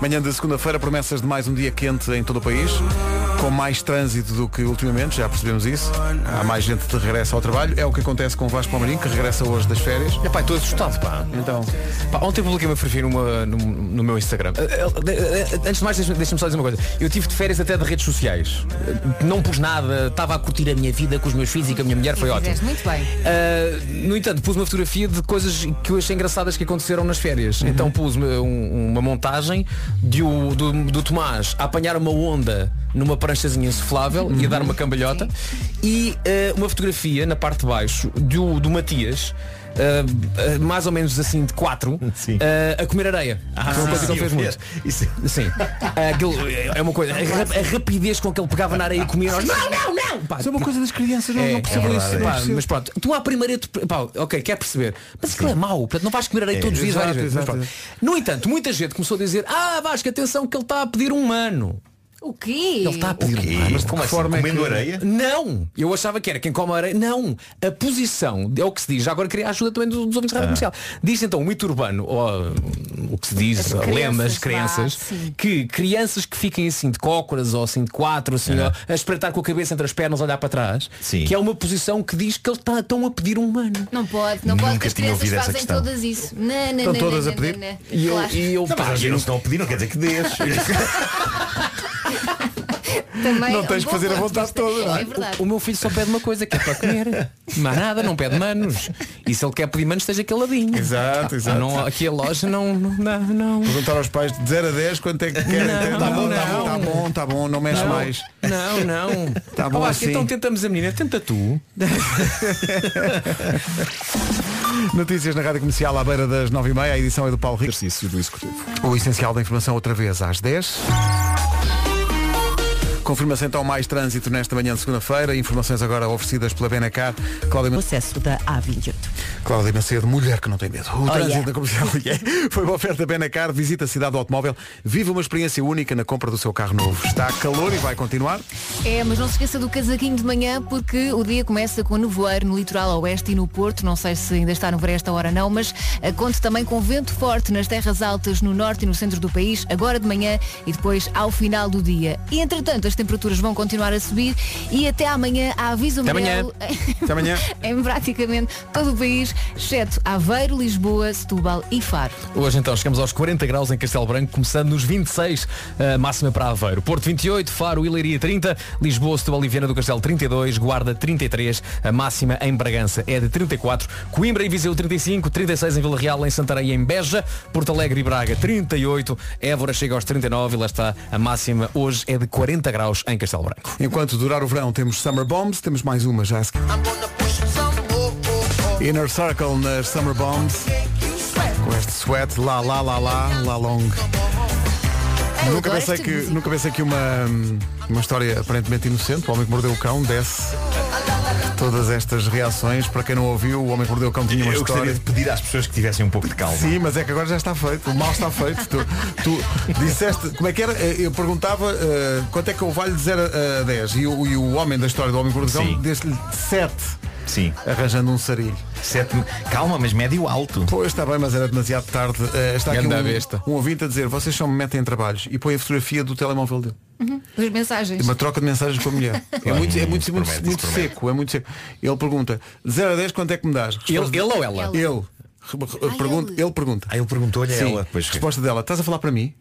S1: Manhã de segunda-feira, promessas de mais um dia quente em todo o país, com mais trânsito do que ultimamente, já percebemos isso. Há mais gente que regressa ao trabalho. É o que acontece com o Vasco Palmeirinho, que regressa hoje das férias.
S4: É pá, estou assustado, pá.
S1: Então.
S4: Pá, ontem publiquei uma fotografia numa- num- no meu Instagram. Eh, eh, eh, Antes de mais, deixa-me deixa-me só dizer uma coisa. Eu tive de férias até de redes sociais. Eh, Não pus nada, estava a curtir a minha vida com os meus filhos e com a minha mulher, foi
S3: E
S4: ótimo.
S3: fizeste muito bem.
S4: Uh, no entanto, pus uma fotografia de coisas que eu achei engraçadas que aconteceram nas férias.
S1: Uhum.
S4: Então pus uma, um- uma montagem de o- do, do Tomás a apanhar uma onda numa pranchazinha insuflável e a
S1: Uhum.
S4: ah, dar uma cambalhota. E uh, uma fotografia na parte de baixo do, do Matias ah, ah, mais ou menos assim de 4 a comer areia.
S6: Ah,
S4: Foi uma coisa que ele
S6: sim,
S4: fez muito.
S6: é
S4: Sim. Ah, aquilo é uma coisa. A rap- a rapidez com que ele pegava na areia e comia. nós, Não, não, não! Pá,
S1: Isso é uma coisa das crianças, não, não percebo
S4: verdade,
S1: isso. não
S4: pá,
S1: percebo.
S4: mas pronto, tu à primeira tu, pá, ok, quer perceber. Mas aquilo é mau, portanto não vais comer areia
S1: É,
S4: todos os dias
S1: exato,
S4: várias vezes. mas
S1: exato,
S4: pronto. No entanto, muita gente começou a dizer, ah Vasco, atenção que ele está a pedir um mano.
S3: O quê?
S4: Ele está a pedir um mano.
S6: Mas de que forma é que-
S4: Não! Eu achava que era quem come areia. Não! A posição, é o que se diz, já agora queria a ajuda também dos, dos ouvintes
S1: Ah.
S4: da rádio comercial. Diz então o mito urbano, ou, hum, o que se diz,
S14: As
S4: ou lemas,
S14: crianças,
S4: crenças, que crianças que fiquem assim de cócoras ou assim de quatro, assim,
S1: Ah.
S4: ó, a espreitar com a cabeça entre as pernas, a olhar para trás, que é uma posição que diz que eles tá- estão a pedir um mano.
S3: Não pode, não pode
S4: Nunca
S3: que as
S4: tinha
S3: crianças
S4: ouvido essa
S3: fazem
S4: questão.
S3: todas isso. Não, não,
S4: Estão
S3: não,
S4: todas
S3: não,
S4: a pedir?
S3: não, não.
S4: E eu-
S3: Claro.
S4: e eu-
S6: Não, mas
S4: pá,
S6: às vezes
S4: eu-
S6: não estão a pedir, não quer dizer que dês.
S3: Também
S4: Não
S3: é um
S4: tens que
S3: bom
S4: fazer a
S3: ponto de
S4: vontade
S3: vista.
S4: toda, não é?
S3: É verdade.
S4: O, o meu filho só pede uma coisa, que é para comer. Mas nada, não pede manos. E se ele quer pedir manos, esteja aquele ladinho.
S1: Exato, exato.
S4: Não, aqui a loja não. não, não.
S1: Perguntar aos pais de 0 a 10 quanto é que querem.
S4: Não,
S1: Está bom, está
S4: não.
S1: bom, está bom, tá bom, não mexe
S4: Não.
S1: mais.
S4: Não, não.
S1: Tá bom
S4: Ó, Vasco,
S1: assim.
S4: Então tentamos a menina, tenta tu.
S1: Notícias na Rádio Comercial à beira das 9h30, a edição é do Paulo Rico. Exercício do Executivo. O essencial da informação outra vez às 10. Confirma-se então mais trânsito nesta manhã de segunda-feira. Informações agora oferecidas pela Benacar. Cláudia
S2: Processo da A28.
S1: Cláudia Macedo, mulher que não tem medo. O
S2: Oh,
S1: trânsito
S2: yeah.
S1: da comercial yeah. foi uma oferta Benacar. Visita a cidade do automóvel. Viva uma experiência única na compra do seu carro novo. Está calor e vai continuar.
S3: É, mas não se esqueça do casaquinho de manhã porque o dia começa com nevoeiro no litoral oeste e no Porto. Não sei se ainda está no verão esta hora não, mas eh, conte também com vento forte nas terras altas no norte e no centro do país, agora de manhã e depois ao final do dia. E entretanto as temperaturas vão continuar a subir e até amanhã há aviso
S4: Até
S3: amarelo
S4: amanhã. Até amanhã.
S3: em praticamente todo o país, exceto Aveiro, Lisboa, Setúbal e Faro.
S4: Hoje então chegamos aos 40 graus em Castelo Branco, começando nos 26, eh, máxima para Aveiro. Porto 28, Faro e Leiria 30, Lisboa, Setúbal e Viana do Castelo 32, Guarda 33, a máxima em Bragança é de 34, Coimbra e Viseu 35, 36 em Vila Real, em Santarém e em Beja, Porto Alegre e Braga 38, Évora chega aos 39 e lá está a máxima hoje é de 40 graus em Castelo Branco.
S1: Enquanto durar o verão, temos Summer Bombs. Temos mais uma já a seguir. Inner Circle nas Summer Bombs. Com este sweat, lá, lá, lá, lá, lá long. Nunca pensei, que, nunca pensei que uma, uma história aparentemente inocente, o Homem que Mordeu o Cão, desse todas estas reações. Para quem não ouviu, o Homem que Mordeu o Cão tinha uma
S6: Eu gostaria
S1: história.
S6: de pedir às pessoas que tivessem um pouco de calma.
S1: Sim, mas é que agora já está feito, o mal está feito. Tu, tu disseste, como é que era? Eh, Eu perguntava eh, quanto é que eu valho de 0 a 10 e o, e o homem da história do homem gordão
S6: Sim.
S1: deste-lhe 7.
S6: Sim.
S1: Arranjando um sarilho.
S6: Calma, mas médio alto.
S1: Pois está bem, mas era demasiado tarde. Eh, está aqui
S4: Ganda
S1: um,
S4: besta.
S1: um ouvinte a dizer, vocês só me metem em trabalhos e põe a fotografia do telemóvel dele.
S3: Uhum. As mensagens.
S1: Uma troca de mensagens com a mulher. é
S4: Claro. Hum,
S1: muito, é muito,
S4: Isso
S1: muito,
S4: promete,
S1: muito
S4: isso promete.
S1: seco, é muito seco. Ele pergunta, 0 a 10 quanto é que me dás?
S4: Ele- ele ou ela?
S1: Ele. Ele. Pergunta, ele pergunta.
S6: Ah, ele perguntou-lhe a
S1: Sim.
S6: ela, pois.
S1: Resposta dela, estás a falar para mim?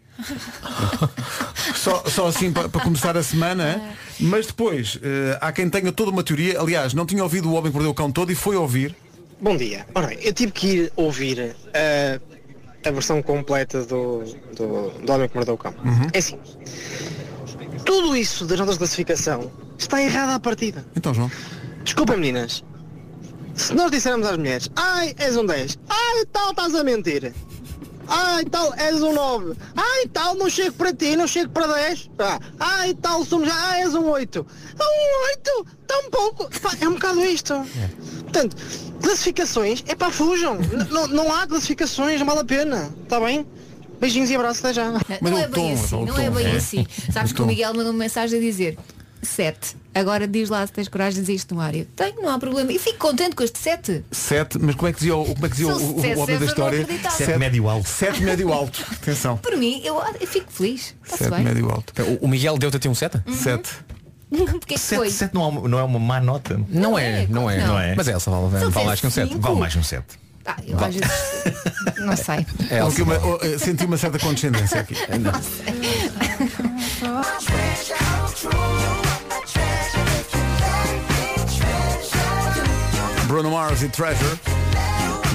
S1: só, só assim para para começar a semana, é? mas depois eh, há quem tenha toda uma teoria. Aliás, não tinha ouvido o homem que perdeu o cão todo e foi ouvir.
S15: Bom dia. Ora bem, eu tive que ir ouvir ah, a versão completa do, do, do Homem que Mordeu o Cão. É assim. Tudo isso das notas de classificação está errado à partida.
S1: Então, João.
S15: Desculpem, meninas. Se nós dissermos às mulheres, ai, és um 10, ai, tal, estás a mentir. Ai, tal, és um 9. Ai, tal, não chego para ti, não chego para Ah, 10. Pá. Ai, tal, somos, ai, és um 8. Um 8, tão pouco. Pá, é um bocado isto.
S6: É.
S15: Portanto, classificações, é pá, fujam. N- não- não há classificações, não vale a pena. Está bem? Beijinhos e abraços, até já.
S3: Não, é bem assim, não é bem assim. Sabes que o Miguel mandou uma mensagem a dizer 7. Agora diz lá se tens coragem de dizer isto no ar. Eu tenho, não há problema. E fico contente com este 7.
S1: 7, mas como é que dizia, o, como é que dizia
S3: São
S1: o, o-
S3: sete,
S1: o homem
S3: sete,
S1: da
S3: eu não
S1: história?
S3: acreditava.
S1: Sete
S3: Sete
S1: médio alto. 7 médio alto. Atenção.
S3: Por mim, eu, eu fico feliz. Está-se
S1: Sete
S3: bem.
S1: médio alto.
S4: O Miguel deu-te a ti um 7?
S3: Uhum.
S1: 7.
S3: Porque é que foi?
S6: não, é uma- não é uma má nota.
S4: Não é, não é.
S3: não.
S4: Não é. Mas Elsa vale,
S3: São
S4: vale mais que um 7.
S3: cinco.
S6: Vale mais que um 7.
S3: Ah, eu às vezes não sei.
S1: É, houve uma- oh, eh, senti uma certa condescendência aqui. Bruno Mars e Treasure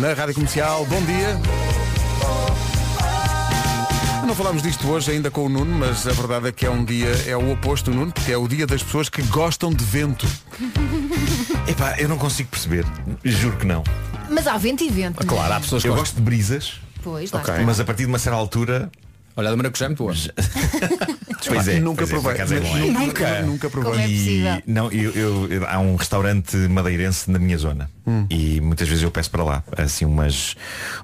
S1: na Rádio Comercial. Bom dia. Não falámos disto hoje ainda com o Nuno, mas a verdade é que é um dia, é o oposto do Nuno, porque é o dia das pessoas que gostam de vento.
S6: Epá, eu não consigo perceber. Juro que não.
S3: Mas há vento e vento. não é?
S6: Claro, há pessoas que Eu gosto de brisas,
S3: Pois, lá
S6: ok,
S3: está.
S6: mas é a partir de uma certa altura.
S4: Olha, a maracujá é muito boa.
S6: pois é,
S1: Nunca
S6: pois é, por
S1: provei,
S6: acaso é
S1: mas
S6: bom, é.
S1: nunca- Nunca? nunca provei. Como é possível?
S6: E, não, eu, eu- eu- há um restaurante madeirense na minha zona
S1: Hum.
S6: e muitas vezes eu peço para lá assim umas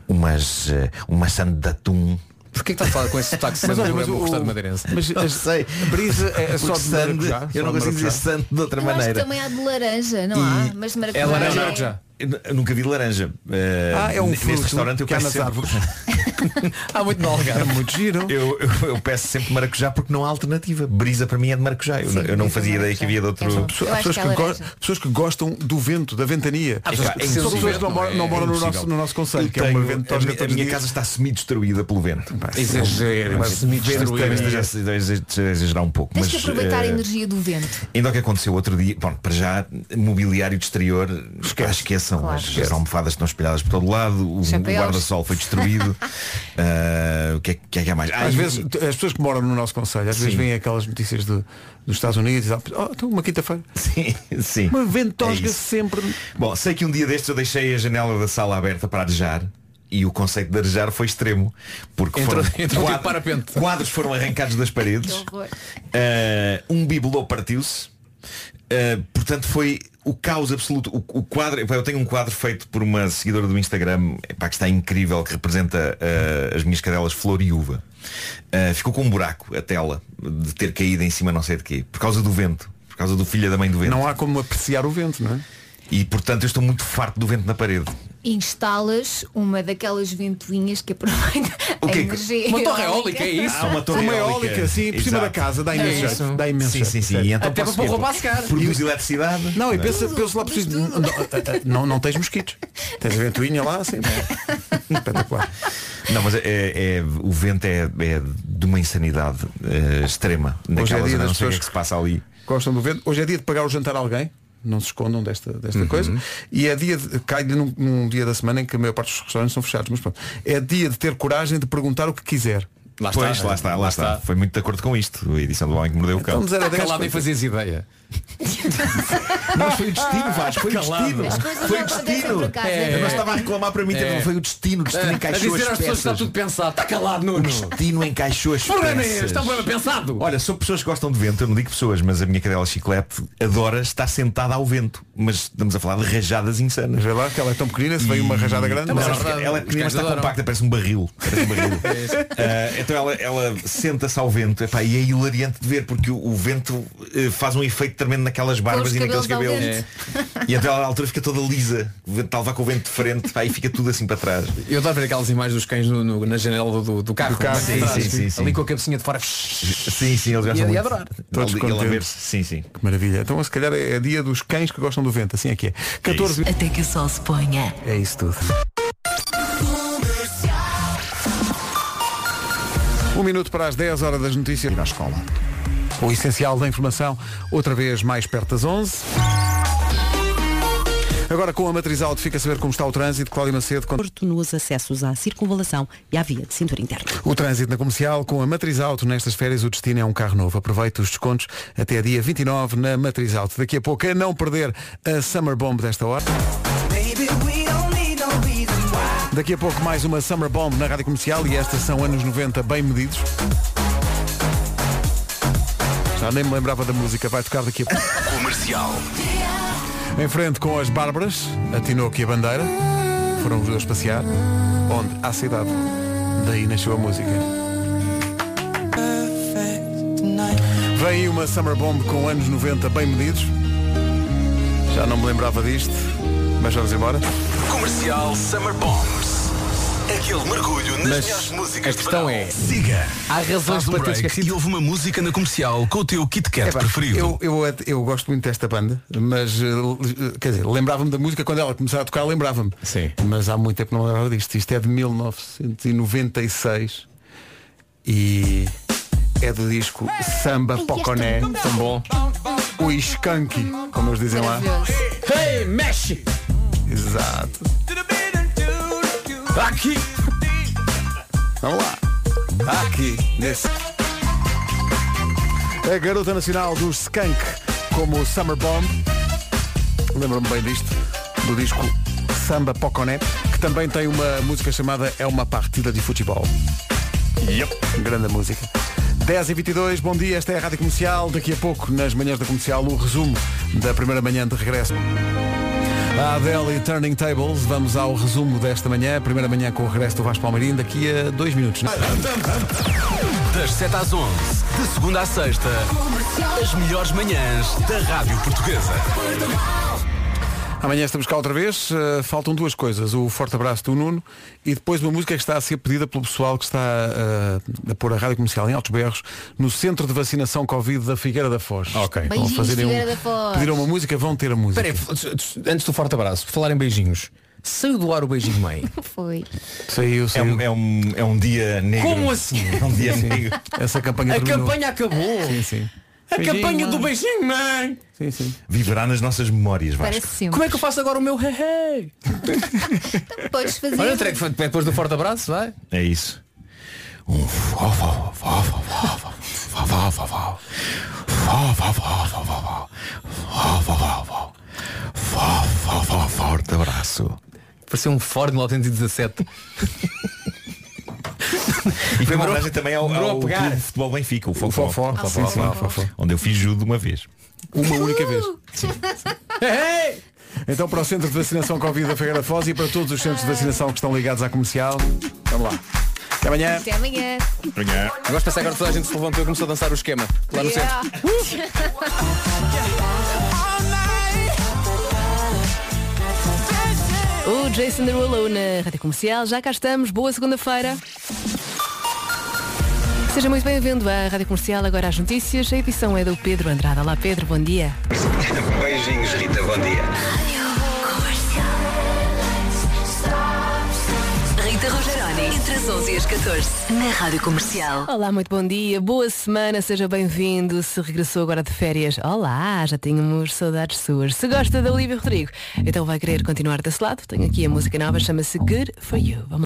S6: umas eh, uma sand de atum.
S4: Porquê que está a falar com esse sotaque se
S1: Mas
S4: não
S1: olha,
S4: é
S1: mas
S4: meu
S1: o-
S4: gostado de madeirense?
S1: Mas eh,
S6: Não sei.
S1: Ah, Brisa é é
S6: Porque
S1: só de
S6: sand,
S1: maracujá? Só
S6: eu não
S1: de
S6: consigo dizer
S1: maracujá?
S6: santo de outra
S3: Eu acho que
S6: maneira.
S3: também há de laranja, não
S6: E-
S3: há? Mas de maracujá.
S6: Eu eu nunca vi de laranja. Eh,
S1: Ah, é um
S6: neste
S1: fruto
S6: restaurante eu
S1: que há
S6: peço
S1: nas
S6: sempre.
S1: árvores. então?
S4: Há muito no Algarve.
S1: é muito giro.
S6: Eu, eu- eu peço sempre maracujá porque não há alternativa. Brisa para mim é de maracujá. Eu, não- eu não fazia ideia que havia de outro.
S1: Pessoa- Há pessoas que,
S6: é
S1: go- pessoas que gostam do vento, da ventania.
S4: É
S6: Há pessoas que
S1: São
S6: precisam do
S1: pessoas que
S6: vento,
S1: não moram,
S6: Ah, é?
S1: não
S6: É
S1: moram no,
S6: impossível.
S1: nosso, no nosso
S6: Eu
S1: conselho, que é
S6: tenho-
S1: uma
S6: a
S1: ventosca
S6: minha, a
S1: todos os
S6: minha
S1: dias.
S6: casa está semi-destruída pelo vento.
S4: Exagero,
S6: Mas
S4: semi-destruída.
S6: talvez esteja- talvez esteja a exagerar um pouco.
S3: Tens
S6: mas,
S3: que aproveitar a
S6: eh,
S3: energia do vento.
S6: Ainda o que aconteceu outro dia, bom, para já, mobiliário de exterior, Esquece. esqueçam,
S3: Claro.
S6: as, as almofadas estão espalhadas por todo lado, o, o
S3: Chapéus.
S6: guarda-sol foi destruído. Ah, o que é, que é que há mais? Ah,
S1: Às
S6: e-
S1: vezes, t- as pessoas que moram no nosso conselho, às vezes
S6: Sim.
S1: vêm aquelas notícias de- dos Estados Unidos e tal, oh, então uma quinta-feira.
S6: Sim, sim.
S1: Uma assim. ventosga
S6: É isso.
S1: sempre.
S6: Bom, sei que um dia destes eu deixei a janela da sala aberta para arejar. E o conceito de arejar foi extremo, porque
S4: Entrou-
S6: foram
S4: entrou tipo
S6: quadro- quadros foram arrancados das paredes, eh, um bibelô partiu-se, eh, portanto foi o caos absoluto. O, o quadro, epá, eu tenho um quadro feito por uma seguidora do Instagram, epá, que está incrível, que representa eh, as minhas cadelas flor e uva. Eh, ficou com um buraco a tela de ter caído em cima não sei de quê, por causa do vento, por causa do filho da mãe do vento.
S1: Não há como apreciar o vento, não é?
S6: E portanto eu estou muito farto do vento na parede.
S3: Instalas uma daquelas ventoinhas que aproveita
S6: O
S3: a
S6: quê?
S3: energia.
S4: Uma torre eólica, é isso?
S6: Ah, uma torre
S1: Uma
S6: eólica,
S1: eólica, sim, por cima
S6: exato.
S1: da casa, dá
S6: É
S1: imenso
S6: isso.
S1: jeito. Dá imenso
S6: Sim,
S1: jeito,
S6: sim, sim.
S1: sério.
S6: E então Até posso para o quê? roubo a secar. Produz eletricidade.
S1: Não, e
S6: Não é?
S1: pensa, pensa lá, preciso, não, não, não tens mosquitos. Tens a ventoinha lá, assim. não é? Espetacular.
S6: Não, mas é, é- o vento é, é de uma insanidade eh, extrema. Naquela
S1: dia
S6: zona,
S1: das
S6: não sei o que
S1: pessoas-
S6: é que se passa ali.
S1: Gostam do vento. Hoje é dia de pagar o jantar a alguém. Não se escondam desta, desta coisa. E é dia de. Cai num, num dia da semana em que a maior parte dos restaurantes são fechados, mas pronto. É dia de ter coragem de perguntar o que quiser.
S4: Lá está,
S6: pois, lá está, lá, está. Foi muito de acordo com isto, a edição do Homem que Mordeu o Cão.
S1: Então, de zero a dez,
S4: Tá Calado nem
S1: quanto?
S4: fazias ideia.
S6: Mas foi o destino, Vasco, foi
S4: Calado.
S6: o destino.
S4: As
S3: coisas não
S6: Foi o
S3: acontecem
S6: destino.
S3: por acaso, né?
S4: é
S6: Eu não
S4: verdade.
S6: estava a reclamar para mim,
S4: É.
S6: também foi o destino. O destino
S4: a
S6: encaixou
S4: dizer
S6: as
S4: às pessoas
S6: peças.
S4: está tudo pensado. Está calado, Nuno.
S6: O destino encaixou as
S4: O problema é
S6: peças.
S4: este, é um problema pensado.
S6: Olha, sobre pessoas que gostam de vento, eu não digo pessoas, mas a minha cadela chiclete adora estar sentada ao vento. Mas estamos a falar de rajadas insanas.
S1: Vê lá que ela é tão pequenina, se
S6: E-
S1: veio uma rajada grande.
S6: Não,
S1: não é?
S6: ela, fica- ela
S4: Os
S6: é pequenina,
S4: cães
S6: mas está
S4: adoram. É
S6: compacta, parece um barril. Parece um barril. Ah, então ela, ela senta-se ao vento epá, e é hilariante de ver porque o, o vento eh, faz um efeito tremendo naquelas barbas
S3: os
S6: e naqueles
S3: cabelos ao
S6: cabelos. E até ela à altura fica toda lisa. O vento Está a levar com o vento de frente pá, e fica tudo assim para trás.
S4: Eu adoro ver aquelas imagens dos cães no- no- na janela do- do, do carro.
S6: carro,
S4: Lá
S6: sim,
S4: atrás,
S6: sim, sim, sim.
S4: Ali com a cabecinha de fora.
S6: Sim, sim, eles
S4: E
S6: gostam
S4: ali
S6: muito.
S4: a adorar.
S1: Todos
S6: Ele- ele a
S1: contentes.
S6: ver-se. Sim, sim.
S1: Que maravilha. Então se calhar é dia dos cães que gostam do vento, assim é que é. 14
S14: Até que o sol se ponha.
S1: É isso tudo. Um minuto para as 10 horas das notícias da escola. O essencial da informação, outra vez mais perto das 11. Agora com a matriz alto fica a saber como está o trânsito. Cláudio Macedo. com-
S2: Porto nos acessos à circunvalação e à via de cintura interna.
S1: O trânsito na comercial com a Matriz Auto nestas férias o destino é um carro novo. Aproveite os descontos até dia 29 na Matriz Auto. Daqui a pouco a não perder a Summer Bomb desta hora. Daqui a pouco mais uma Summer Bomb na Rádio Comercial e estas são anos 90 bem medidos. Já nem me lembrava da música, vai tocar daqui a pouco.
S5: Comercial.
S1: Em frente com as Bárbaras, a Tinoco e a Bandeira. Foram os dois passear. Onde? À cidade. Daí nasceu a música. Vem aí uma Summer Bomb com anos 90 bem medidos. Já não me lembrava disto, mas vamos embora.
S5: Comercial Summer Bombs. Aquele mergulho nas
S4: Mas
S5: melhores músicas.
S4: a questão
S5: de verão.
S4: é-
S5: Siga.
S4: Há razões
S5: Faz um
S4: para ter
S5: break
S4: esquecido.
S5: E houve uma música na comercial com o teu Kit Kat
S1: Epá,
S5: preferido.
S1: Eu, eu, eu gosto muito desta banda, mas eh, quer dizer, lembrava-me da música quando ela começava a tocar, lembrava-me. Sim. Mas há muito tempo não lembrava disto. Isto é de 1996 e é do disco Samba Poconé. é Tão bom. O Skanky, como eles dizem lá.
S4: Hey, mexe!
S1: Exato.
S4: Aqui!
S1: Vamos lá. Aqui, nesse. A garota nacional do Skank, como Summer Bomb. Lembro-me bem disto, do disco Samba Poconé, que também tem uma música chamada É uma partida de futebol. Yep. Grande música. 10 e 22 bom dia, esta é a Rádio Comercial. Daqui a pouco, nas manhãs da comercial, o resumo da primeira manhã de regresso. A Adele e Turning Tables, vamos ao resumo desta manhã, primeira manhã com o regresso do Vasco Palmeirim, daqui a dois minutos. é?
S5: Das 7 às 11, de segunda à sexta, as melhores manhãs da Rádio Portuguesa.
S1: Amanhã estamos cá outra vez. eh, faltam duas coisas. O forte abraço do Nuno e depois uma música que está a ser pedida pelo pessoal que está eh, a pôr a rádio comercial em Altos Berros no centro de vacinação Covid da Figueira da Foz. Ok.
S3: Beijinhos, Figueira da Foz.
S1: um- Pediram uma música, vão ter a música.
S4: Espera aí, f- s- s- antes do forte abraço, por falar em beijinhos, saiu do ar o beijinho mãe.
S3: Foi.
S1: Saiu,
S6: É um, é um, é um dia negro.
S4: Como assim?
S6: É um dia
S4: Sim.
S6: negro.
S1: Essa campanha
S4: A campanha acabou.
S1: Sim, sim.
S4: A
S1: Beijinho,
S4: campanha do
S1: mãe.
S4: beijinho mãe.
S1: Sim, sim.
S6: Viverá nas nossas memórias, Vasco.
S4: Como é que eu faço agora o meu hey
S3: Podes fazer. um.
S4: Olha, track foi depois do forte abraço, vai.
S6: É isso. Um fó, fó, fó, fó, fó, fó, fó, fó, fó, fó. Fó, fó, fó, fó, fó, fó. Fó, fó, fó, fó. Fó, fó, fó, forte abraço.
S4: Parecia um Ford 1917.
S6: E foi uma
S4: Demorou-
S6: homenagem também ao,
S4: demorou
S6: ao
S4: a pegar.
S6: clube de futebol Benfica, o Fofó.
S1: Fofó,
S6: Fofó,
S1: sim, sim,
S6: Fofó.
S1: Fofó.
S6: Onde eu fiz judo uma vez.
S1: Uma única vez. Então para o centro de vacinação Covid da Figueira da Foz e para todos os centros de vacinação que estão ligados à comercial. Vamos lá. Até amanhã.
S3: Até amanhã.
S6: Amanhã.
S4: Eu gosto de pensar que agora toda a gente se levantou e começou a dançar o esquema. Lá no centro.
S2: O Jason Derulo na Rádio Comercial, já cá estamos, boa segunda-feira. Seja muito bem-vindo à Rádio Comercial, agora às notícias. A edição é do Pedro Andrada. Olá Pedro, bom dia.
S14: Beijinhos, Rita, bom dia.
S16: Rita Rogeroni, entre as 11 e as 14, na Rádio Comercial.
S2: Olá, muito bom dia, boa semana, seja bem-vindo. Se regressou agora de férias, olá, já tínhamos saudades suas. Se gosta da Olivia Rodrigo, então vai querer continuar desse lado. Tenho aqui a música nova, chama-se Good For You. Vamos